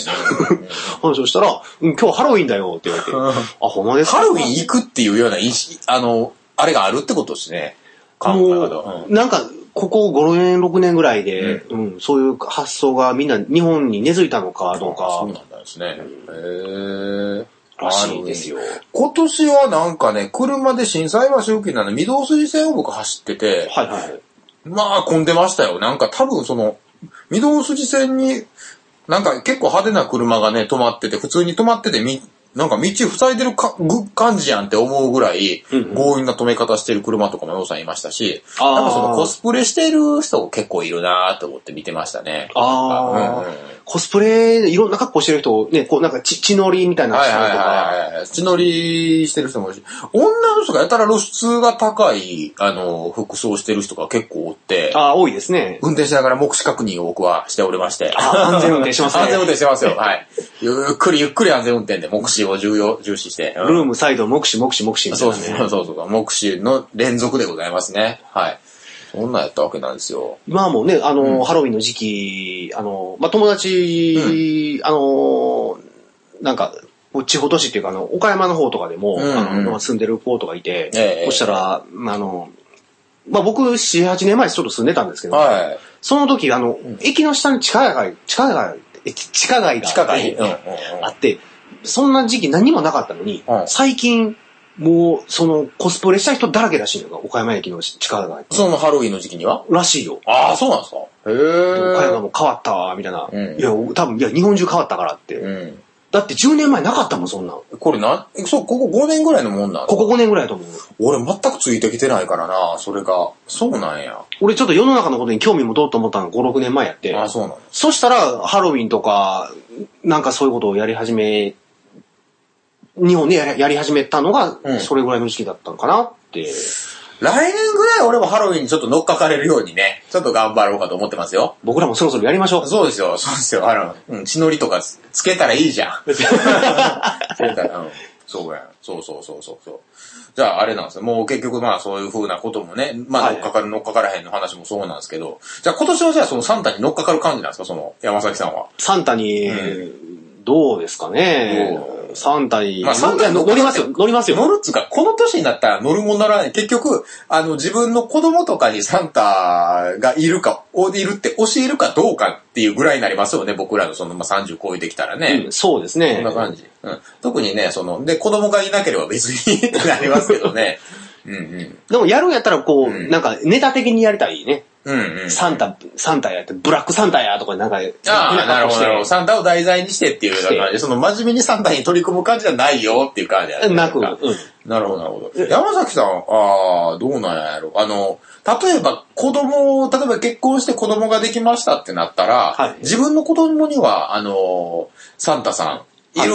Speaker 2: 話をしたら、うん、今日ハロウィンだよって言われて、あ、ほんまですか
Speaker 1: *laughs* ハロウィン行くっていうような意識、あの、あれがあるってことですね。考え方
Speaker 2: もう、
Speaker 1: は
Speaker 2: なんか、ここ5年、6年ぐらいで、うん、そういう発想がみんな日本に根付いたのかどう
Speaker 1: あそう
Speaker 2: か、
Speaker 1: なんですね。へえ。
Speaker 2: らしいですよ。
Speaker 1: 今年はなんかね、車で震災橋付近なの、御堂筋線を僕走ってて、
Speaker 2: はいはい。
Speaker 1: まあ混んでましたよ。なんか多分その、御堂筋線に、なんか結構派手な車がね、止まってて、普通に止まってて、み、なんか道塞いでるかぐ感じやんって思うぐらい、
Speaker 2: うんうん
Speaker 1: 強引な止め方してる車とかもようさんいましたし、
Speaker 2: あー
Speaker 1: なんかそのコスプレしてる人結構いるなと思って見てましたね。
Speaker 2: ああ、
Speaker 1: うんうん
Speaker 2: コスプレでいろんな格好してる人、ね、こうなんか血血のりみたいなの
Speaker 1: は
Speaker 2: し
Speaker 1: い
Speaker 2: た
Speaker 1: は
Speaker 2: り
Speaker 1: い
Speaker 2: とか、
Speaker 1: はいはい。血のりしてる人も多いるし、女の人がやたら露出が高い、あの、服装してる人が結構おって、
Speaker 2: ああ、多いですね。
Speaker 1: 運転しながら目視確認を僕はしておりまして。
Speaker 2: あ安全運転しますね
Speaker 1: 安全運転してます
Speaker 2: *laughs*
Speaker 1: よ。はい。ゆっくりゆっくり安全運転で目視を重要、重視して。うん
Speaker 2: ルーム、サイド、目視、目視、目視みたい
Speaker 1: そう
Speaker 2: な、ね。
Speaker 1: そうそうそう。目視の連続でございますね。はい。そんなんやったわけなんですよ。
Speaker 2: 今はもうね、あの、ハロウィンの時期、あの、まあ、友達、あの、なんか、こう地方都市っていうか、あの、岡山の方とかでも、
Speaker 1: うんうん
Speaker 2: あの、まあ住んでる子とかいて、
Speaker 1: ええ
Speaker 2: そしたら、まああの、まあ、僕、4、8年前ちょっと住んでたんですけど、
Speaker 1: は
Speaker 2: その時、あの、駅の下に地下街、地下街、え地下街
Speaker 1: い。
Speaker 2: があって
Speaker 1: 地下街。うんうんうん
Speaker 2: あって、そんな時期何もなかったのに、
Speaker 1: うん
Speaker 2: 最近、もう、その、コスプレした人だらけらしいのが、岡山駅の地下街。
Speaker 1: そのハロウィンの時期には
Speaker 2: らしいよ。
Speaker 1: ああ、そうなんですか。へ
Speaker 2: 岡山
Speaker 1: え。
Speaker 2: も変わったわ、みたいな。
Speaker 1: うん
Speaker 2: いや、多分、いや、日本中変わったからって。
Speaker 1: うん。
Speaker 2: だって10年前なかったもん、そんなん。こ
Speaker 1: これな、そう、ここ5年ぐらいのもんなん
Speaker 2: こ5年ぐらいだと思う。
Speaker 1: 俺全くついてきてないからな、それが。そうなんや。
Speaker 2: 俺ちょっと世の中のことに興味持とうと思ったの5、6年前やって。
Speaker 1: あ、そうなの。
Speaker 2: そしたら、ハロウィンとか、なんかそういうことをやり始め、日本でやりやり始めたのが
Speaker 1: うん、
Speaker 2: それぐらいの時期だったのかなって。
Speaker 1: 来年ぐらい俺もハロウィンにちょっと乗っかかれるようにね、ちょっと頑張ろうかと思ってますよ。
Speaker 2: 僕らもそろそろやりましょう。
Speaker 1: そうですよ、そうですよ。あの、うん、血のりとかつつけたらいいじゃん。
Speaker 2: *laughs*
Speaker 1: つけたら、うん。そうやん。そうそうそうそうそう。じゃあ、あれなんですよ。もう結局まあそういう風なこともね、まあ
Speaker 2: はい
Speaker 1: 乗っかかる、乗っかからへんの話もそうなんですけど、じゃあ今年はじゃあそのサンタに乗っかかる感じなんですか、その山崎さんは。
Speaker 2: サンタに、どうですかね
Speaker 1: どう。
Speaker 2: 3体。
Speaker 1: まあ三体
Speaker 2: いや乗りますよ、乗りますよ。
Speaker 1: 乗るっつうか、この年になったら乗るもんならない。結局、あの、自分の子供とかにサンタがいるか、おいるって教えるかどうかっていうぐらいになりますよね、僕らのその、まあ、30超えてきたらね。
Speaker 2: うんそうですね。
Speaker 1: そんな感じ。うん。特にね、その、で、子供がいなければ別に *laughs* ってなりますけどね。うんうん。
Speaker 2: でもやるんやったらこう、
Speaker 1: ん
Speaker 2: なんかネタ的にやりたいね。
Speaker 1: うんうん。
Speaker 2: サンタ、サンタやって、ブラックサンタやとかなんか、
Speaker 1: ああ、なるほど、なるほど。
Speaker 2: し
Speaker 1: サンタを題材にしてっていうような感じで、その真面目にサンタに取り組む感じじゃないよっていう感じや
Speaker 2: て
Speaker 1: ね
Speaker 2: なく、うん
Speaker 1: かなるほど、なるほど。山崎さん、ああ、どうなんやろ。あの、例えば子供を、例えば結婚して子供ができましたってなったら、
Speaker 2: はい
Speaker 1: 自分の子供には、あの、サンタさん、いる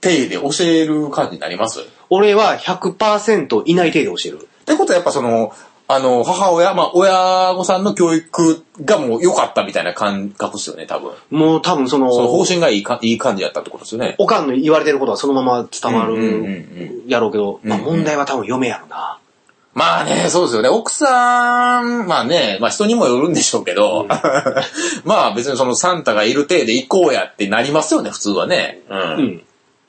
Speaker 1: 体で教える感じになります、
Speaker 2: 俺は100%いない程度教える。
Speaker 1: ってことはやっぱその、あの、母親、まあ、親御さんの教育がもう良かったみたいな感覚ですよね、多分。
Speaker 2: もう多分その、
Speaker 1: その方針がいいか、いい感じやったってことですよね。
Speaker 2: おかんの言われてることはそのまま伝わ
Speaker 1: うんうんうん
Speaker 2: るやろうけど、まあ
Speaker 1: うんうん
Speaker 2: 問題は多分嫁やろな。
Speaker 1: まあね、そうですよね。奥さん、まあね、まあ人にもよるんでしょうけど、 *laughs* まあ別にそのサンタがいる体で行こうやってなりますよね、普通はね。う。
Speaker 2: うんん。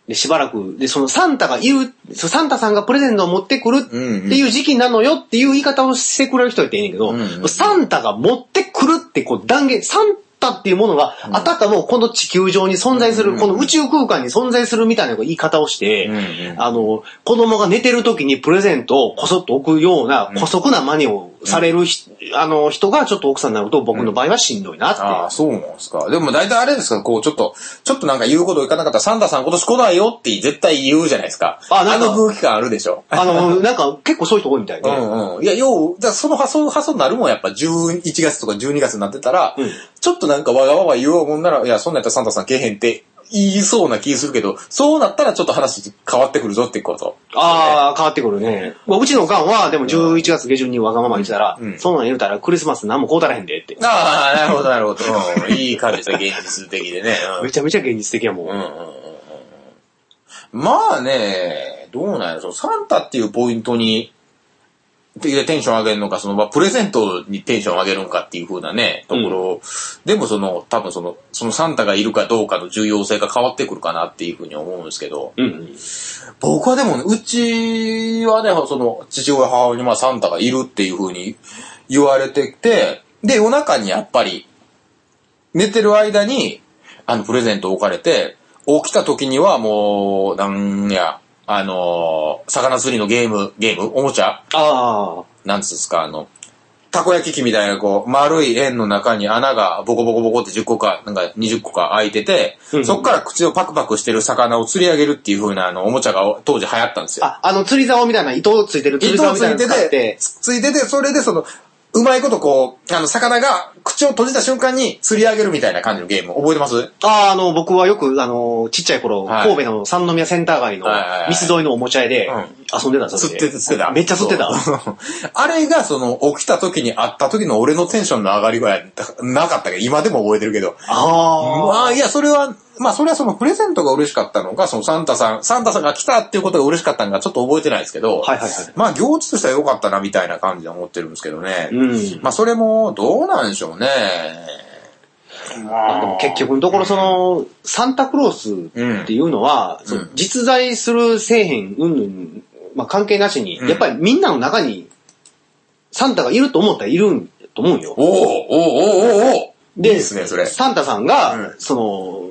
Speaker 2: で、しばらく、で、そのサンタが言う、そうサンタさんがプレゼントを持ってくるっていう時期なのよっていう言い方をしてくれる人っていいねんけど、
Speaker 1: うんうん
Speaker 2: サンタが持ってくるってこう断言、サンタっていうものが、あたかもこの地球上に存在する、この宇宙空間に存在するみたいな言い方をして、
Speaker 1: うんうん
Speaker 2: あの、子供が寝てる時にプレゼントをこそっと置くような、姑息な真似をされるひ、あの、人がちょっと奥さんになると僕の場合はしんどいなっていう。
Speaker 1: ああ、そうなんですか。でも大体あれですか、こう、ちょっと、ちょっとなんか言うこといかなかったら、サンタさん今年来ないよって絶対言うじゃないですか。
Speaker 2: あなんか
Speaker 1: の空気感あるでしょ。
Speaker 2: あの、なんか結構そういう人多いみたいで。
Speaker 1: うんうん。いや、よう、だからその発想、発想になるもん、やっぱ11月とか12月になってたら、
Speaker 2: うん
Speaker 1: ちょっとなんかわがわが言おうもんなら、いや、そんなんやったらサンタさん来えへんって言いそうな気するけど、そうなったらちょっと話変わってくるぞってこと。
Speaker 2: ああ、変わってくるね。まあ、うちのおかんは、でも11月下旬にわがまま言ってたら、
Speaker 1: うん
Speaker 2: そんなん言うたらクリスマス何もこうたらへんでって。
Speaker 1: ああ、なるほど、なるほど。うんいい感じで現実的でね。
Speaker 2: めちゃめちゃ現実的やもん。
Speaker 1: うんうんうんうんうんまあね、どうなんやろ、そのサンタっていうポイントに、でテンション上げるのか、その、まあ、プレゼントにテンション上げるのかっていう風なね、ところ、でもその、多分その、そのサンタがいるかどうかの重要性が変わってくるかなっていう風に思うんですけど、
Speaker 2: うんうん。
Speaker 1: 僕はでもね、うちはね、その、父親、母親にまあサンタがいるっていう風に言われてて、で、夜中にやっぱり、寝てる間に、あの、プレゼント置かれて、起きた時にはもう、なんや、あのー魚釣りのゲーム、ゲームおもちゃ
Speaker 2: ああ、
Speaker 1: なんつうんですか、あの、たこ焼き器みたいな、こう、丸い円の中に穴がボコボコボコって10個か、なんか20個か開いてて、
Speaker 2: うん
Speaker 1: そっから口をパクパクしてる魚を釣り上げるっていう風な、あの、おもちゃが当時流行ったんですよ。
Speaker 2: あ、あの釣り竿みたいな糸ついてる釣り竿
Speaker 1: 糸
Speaker 2: み
Speaker 1: つ
Speaker 2: たいな
Speaker 1: いて
Speaker 2: の使ってて、、
Speaker 1: つついてて、それでその、うまいことこう、あの、魚が口を閉じた瞬間に釣り上げるみたいな感じのゲーム、覚えてます
Speaker 2: ああ、あの、僕はよく、あの、ちっちゃい頃、
Speaker 1: はい
Speaker 2: 神戸の三宮センター街の
Speaker 1: はいはいはい
Speaker 2: ミス沿いのおもちゃ屋で
Speaker 1: うん
Speaker 2: 遊んでたんです
Speaker 1: 釣
Speaker 2: よ
Speaker 1: ってて、釣ってた。
Speaker 2: めっちゃ釣ってた。
Speaker 1: そうあれが、その、起きた時に会った時の俺のテンションの上がり具合、なかったけど、今でも覚えてるけど。ま
Speaker 2: ああ
Speaker 1: あ、いや、それは、まあ、それはそのプレゼントが嬉しかったのか、そのサンタさん、サンタさんが来たっていうことが嬉しかったのか、ちょっと覚えてないですけど、
Speaker 2: はいはいはい
Speaker 1: まあ、行事としては良かったな、みたいな感じで思ってるんですけどね。
Speaker 2: うん
Speaker 1: まあ、それも、どうなんでしょうね。
Speaker 2: あの結局のところその、サンタクロースっていうのは、その実在するせえへん、うんぬん、まあ、関係なしに、
Speaker 1: うん
Speaker 2: やっぱりみんなの中に、サンタがいると思ったらいるんと思うよ。
Speaker 1: おおおおおお
Speaker 2: で
Speaker 1: いいですね、それ。
Speaker 2: サンタさん
Speaker 1: うん
Speaker 2: が、その、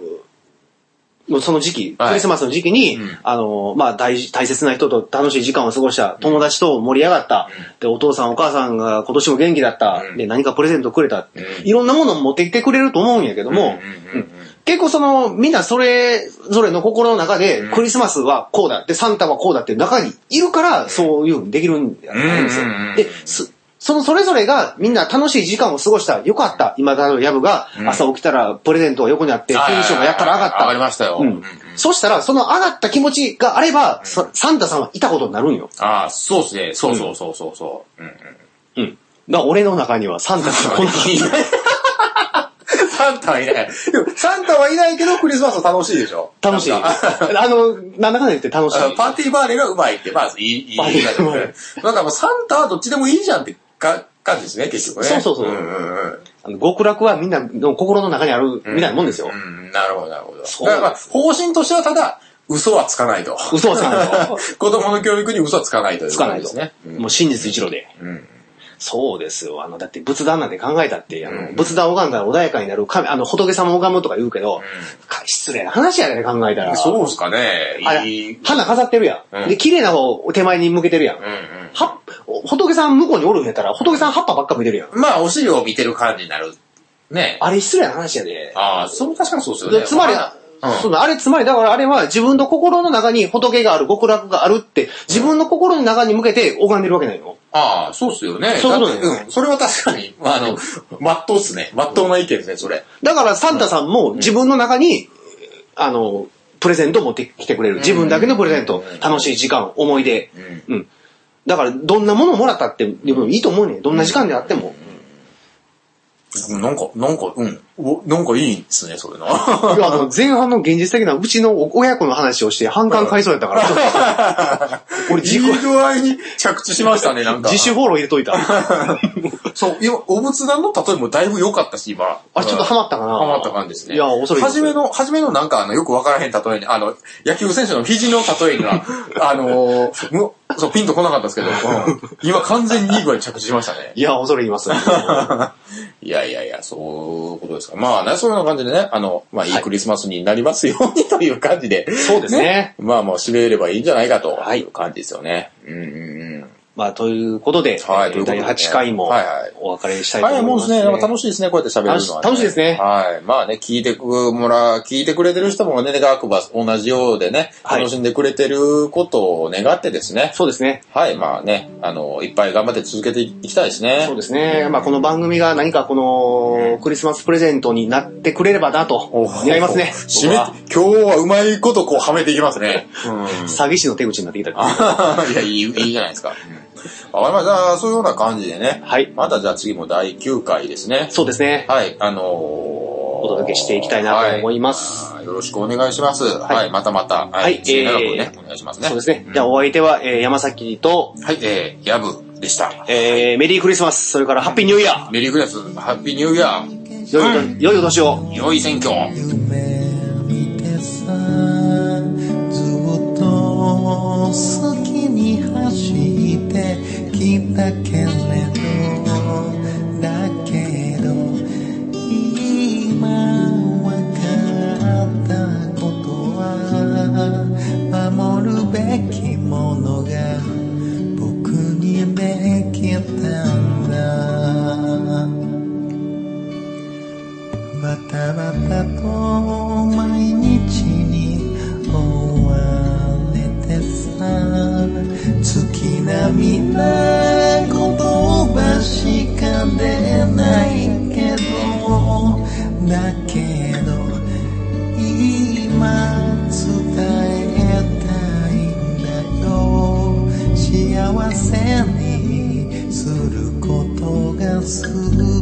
Speaker 2: もうその時期、
Speaker 1: はい
Speaker 2: クリスマスの時期に、
Speaker 1: うん
Speaker 2: あの、まあ大事、大切な人と楽しい時間を過ごした、友達と盛り上がった、で、お父さんお母さんが今年も元気だった、
Speaker 1: うん
Speaker 2: で、何かプレゼントくれた、
Speaker 1: うん
Speaker 2: いろんなものを持ってきてくれると思うんやけども、
Speaker 1: うんうんうん
Speaker 2: 結構その、みんなそれぞれの心の中で
Speaker 1: ん、
Speaker 2: クリスマスはこうだって、サンタはこうだっていう中にいるから、そういうふうにできるんだと思うんですよ
Speaker 1: うんうんうん。
Speaker 2: で、そそのそれぞれがみんな楽しい時間を過ごした、よかった、今だのヤブが
Speaker 1: う、ん
Speaker 2: 朝起きたらプレゼントが横にあって、テンションがやったら上がった。
Speaker 1: 上がりましたよ。
Speaker 2: う
Speaker 1: うんん。
Speaker 2: そしたら、その上がった気持ちがあれば、さサンタさんはいたことになるんよ。
Speaker 1: ああ、そうですね。そうそうそうそうそう。うんうん
Speaker 2: うん。だから俺の中にはサンタさんが来
Speaker 1: *laughs*
Speaker 2: なかった。
Speaker 1: サンタはいない。でもサンタはいないけど、クリスマスは楽しいでしょ
Speaker 2: 楽しい。
Speaker 1: なんか
Speaker 2: あの、なんだかんだ言って楽しい。
Speaker 1: あパーティーバーレがうまいって、まあ、いい、いい。
Speaker 2: バーレがうまい
Speaker 1: だからもうサンタはどっちでもいいじゃんってか感じですね、結局ね。
Speaker 2: そうそうそう
Speaker 1: うんうんうん
Speaker 2: あの極楽はみんなの心の中にあるみたいなもんですよ。
Speaker 1: うん、なるほど、なるほど。
Speaker 2: そう
Speaker 1: だから、方針としてはただ、嘘はつかないと。
Speaker 2: 嘘はつか
Speaker 1: *laughs*
Speaker 2: ないと。
Speaker 1: 子供の教育に嘘はつかないという
Speaker 2: つかない。
Speaker 1: ことですね。うん
Speaker 2: もう真実一路で。
Speaker 1: うん
Speaker 2: そうですよ。あの、だって仏壇なんて考えたって、あの、仏壇拝んだら穏やかになる神、あの、仏様拝むとか言うけど、か失礼な話やね、考えたら。
Speaker 1: そうですかね。
Speaker 2: あ
Speaker 1: いい。う
Speaker 2: れ
Speaker 1: ん、
Speaker 2: 花飾ってるやん。
Speaker 1: うん
Speaker 2: で、綺麗な方を手前に向けてるやん。
Speaker 1: うん。
Speaker 2: は仏さん向こうにおるんやったら、仏さん葉っぱばっか見てるやん。
Speaker 1: まあ、お尻を見てる感じになる。ね。
Speaker 2: あれ失礼な話やで。
Speaker 1: ああ、そう、確かにそうですよ
Speaker 2: で
Speaker 1: ね。
Speaker 2: つまり
Speaker 1: あ、うん
Speaker 2: そのあれつまり、だからあれは自分の心の中に仏がある、極楽があるって、自分の心の中に向けて拝んでるわけないの。
Speaker 1: ああ、そうっすよね。
Speaker 2: そういうこと
Speaker 1: だってうん。それは確かに、まあ、あの、まっとうっすね。まっとうな意見ですね、それ。
Speaker 2: だからサンタさんも自分の中に、あの、プレゼントを持ってきてくれる。自分だけのプレゼント。楽しい時間、思い出。うん。だから、どんなものをもらったって、でもいいと思うねんどんな時間であっても。
Speaker 1: なんか、なんか、うん。おなんかいいですね、そ
Speaker 2: *laughs*
Speaker 1: れの。
Speaker 2: いやあの前半の現実的な、うちの親子の話をして、反感買いそうやったから。 *laughs* 俺、
Speaker 1: いい
Speaker 2: 自己、
Speaker 1: 具合に着地しましたね、なんか。
Speaker 2: 自主フォロー入れといた。
Speaker 1: そう、今、お仏壇の例えもだいぶ良かったし、今。
Speaker 2: あ、ちょっとハ
Speaker 1: マっ
Speaker 2: マったかな
Speaker 1: た。ハマった感じですね。
Speaker 2: いや、恐れ入ります
Speaker 1: 初めの、初めのなんか、あの、よくわからへん例えに、あの、野球選手の肘の例えが、 *laughs* あのーむ、そう、ピンとこなかったですけど、うん今完全にいい具合に着地しましたね。
Speaker 2: いや、恐れ入り
Speaker 1: *laughs*
Speaker 2: ます。
Speaker 1: いやいやいや、そういうことですか。まあね、そういうような感じでね、あの、まあ、いいクリスマスになりますようにという感じで。
Speaker 2: そうですね
Speaker 1: まあもう締めればいいんじゃないかと
Speaker 2: はい
Speaker 1: いう感じですよね。うんうんうん。
Speaker 2: まあ、ということで、
Speaker 1: はい
Speaker 2: えー
Speaker 1: ということで
Speaker 2: 第8回も
Speaker 1: はいはい
Speaker 2: お別れしたいと
Speaker 1: 早い
Speaker 2: 思い
Speaker 1: もん
Speaker 2: ま、
Speaker 1: ですすね。なんか楽しいですね、こうやって喋れるのは、
Speaker 2: 楽し楽しいですね
Speaker 1: はい。まあね、聞いてく、もら、聞いてくれてる人もね、願わくば同じようでね、
Speaker 2: はい
Speaker 1: 楽しんでくれてることを願ってですね。
Speaker 2: そうですね。
Speaker 1: はい、まあね、あの、いっぱい頑張って続けていきたいですね。
Speaker 2: そうですね。まあ、この番組が何かこの、クリスマスプレゼントになってくれればなと、願いますね。
Speaker 1: 締め、
Speaker 2: 僕
Speaker 1: 今
Speaker 2: は
Speaker 1: 日はうまいことこうはめていきますね。 *laughs* うん
Speaker 2: 詐欺師の手口になってきたから。
Speaker 1: いや、いい、いいじゃないですか。うんわかりました。じゃあ、そういうような感じでね。
Speaker 2: はい
Speaker 1: またじゃあ次も第9回ですね。
Speaker 2: そうですね。
Speaker 1: はい、あのー、お
Speaker 2: お届けしていきたいなと思います。
Speaker 1: よろしくお願いします。はい、またまた。は
Speaker 2: はい
Speaker 1: 末永くね、
Speaker 2: え
Speaker 1: お願いしますね。
Speaker 2: そうですね
Speaker 1: う。ん
Speaker 2: じゃあ、お相手は、えー山崎と、
Speaker 1: はい、えー、やぶでした。
Speaker 2: えーメリークリスマス、それからハッピーニューイヤ
Speaker 1: メリークリスマス、ハッピーニューイヤー、
Speaker 2: ー。良いお年良いお年を。
Speaker 1: 良い選挙。
Speaker 3: 夢見てさずっと好きに走ってきたけれどだけど今わかったことは守るべきものが僕にできたんだバタバタと毎日に追われてさ月並みな言葉しか出ないけどだけど今伝えたいんだよ幸せにすることが好き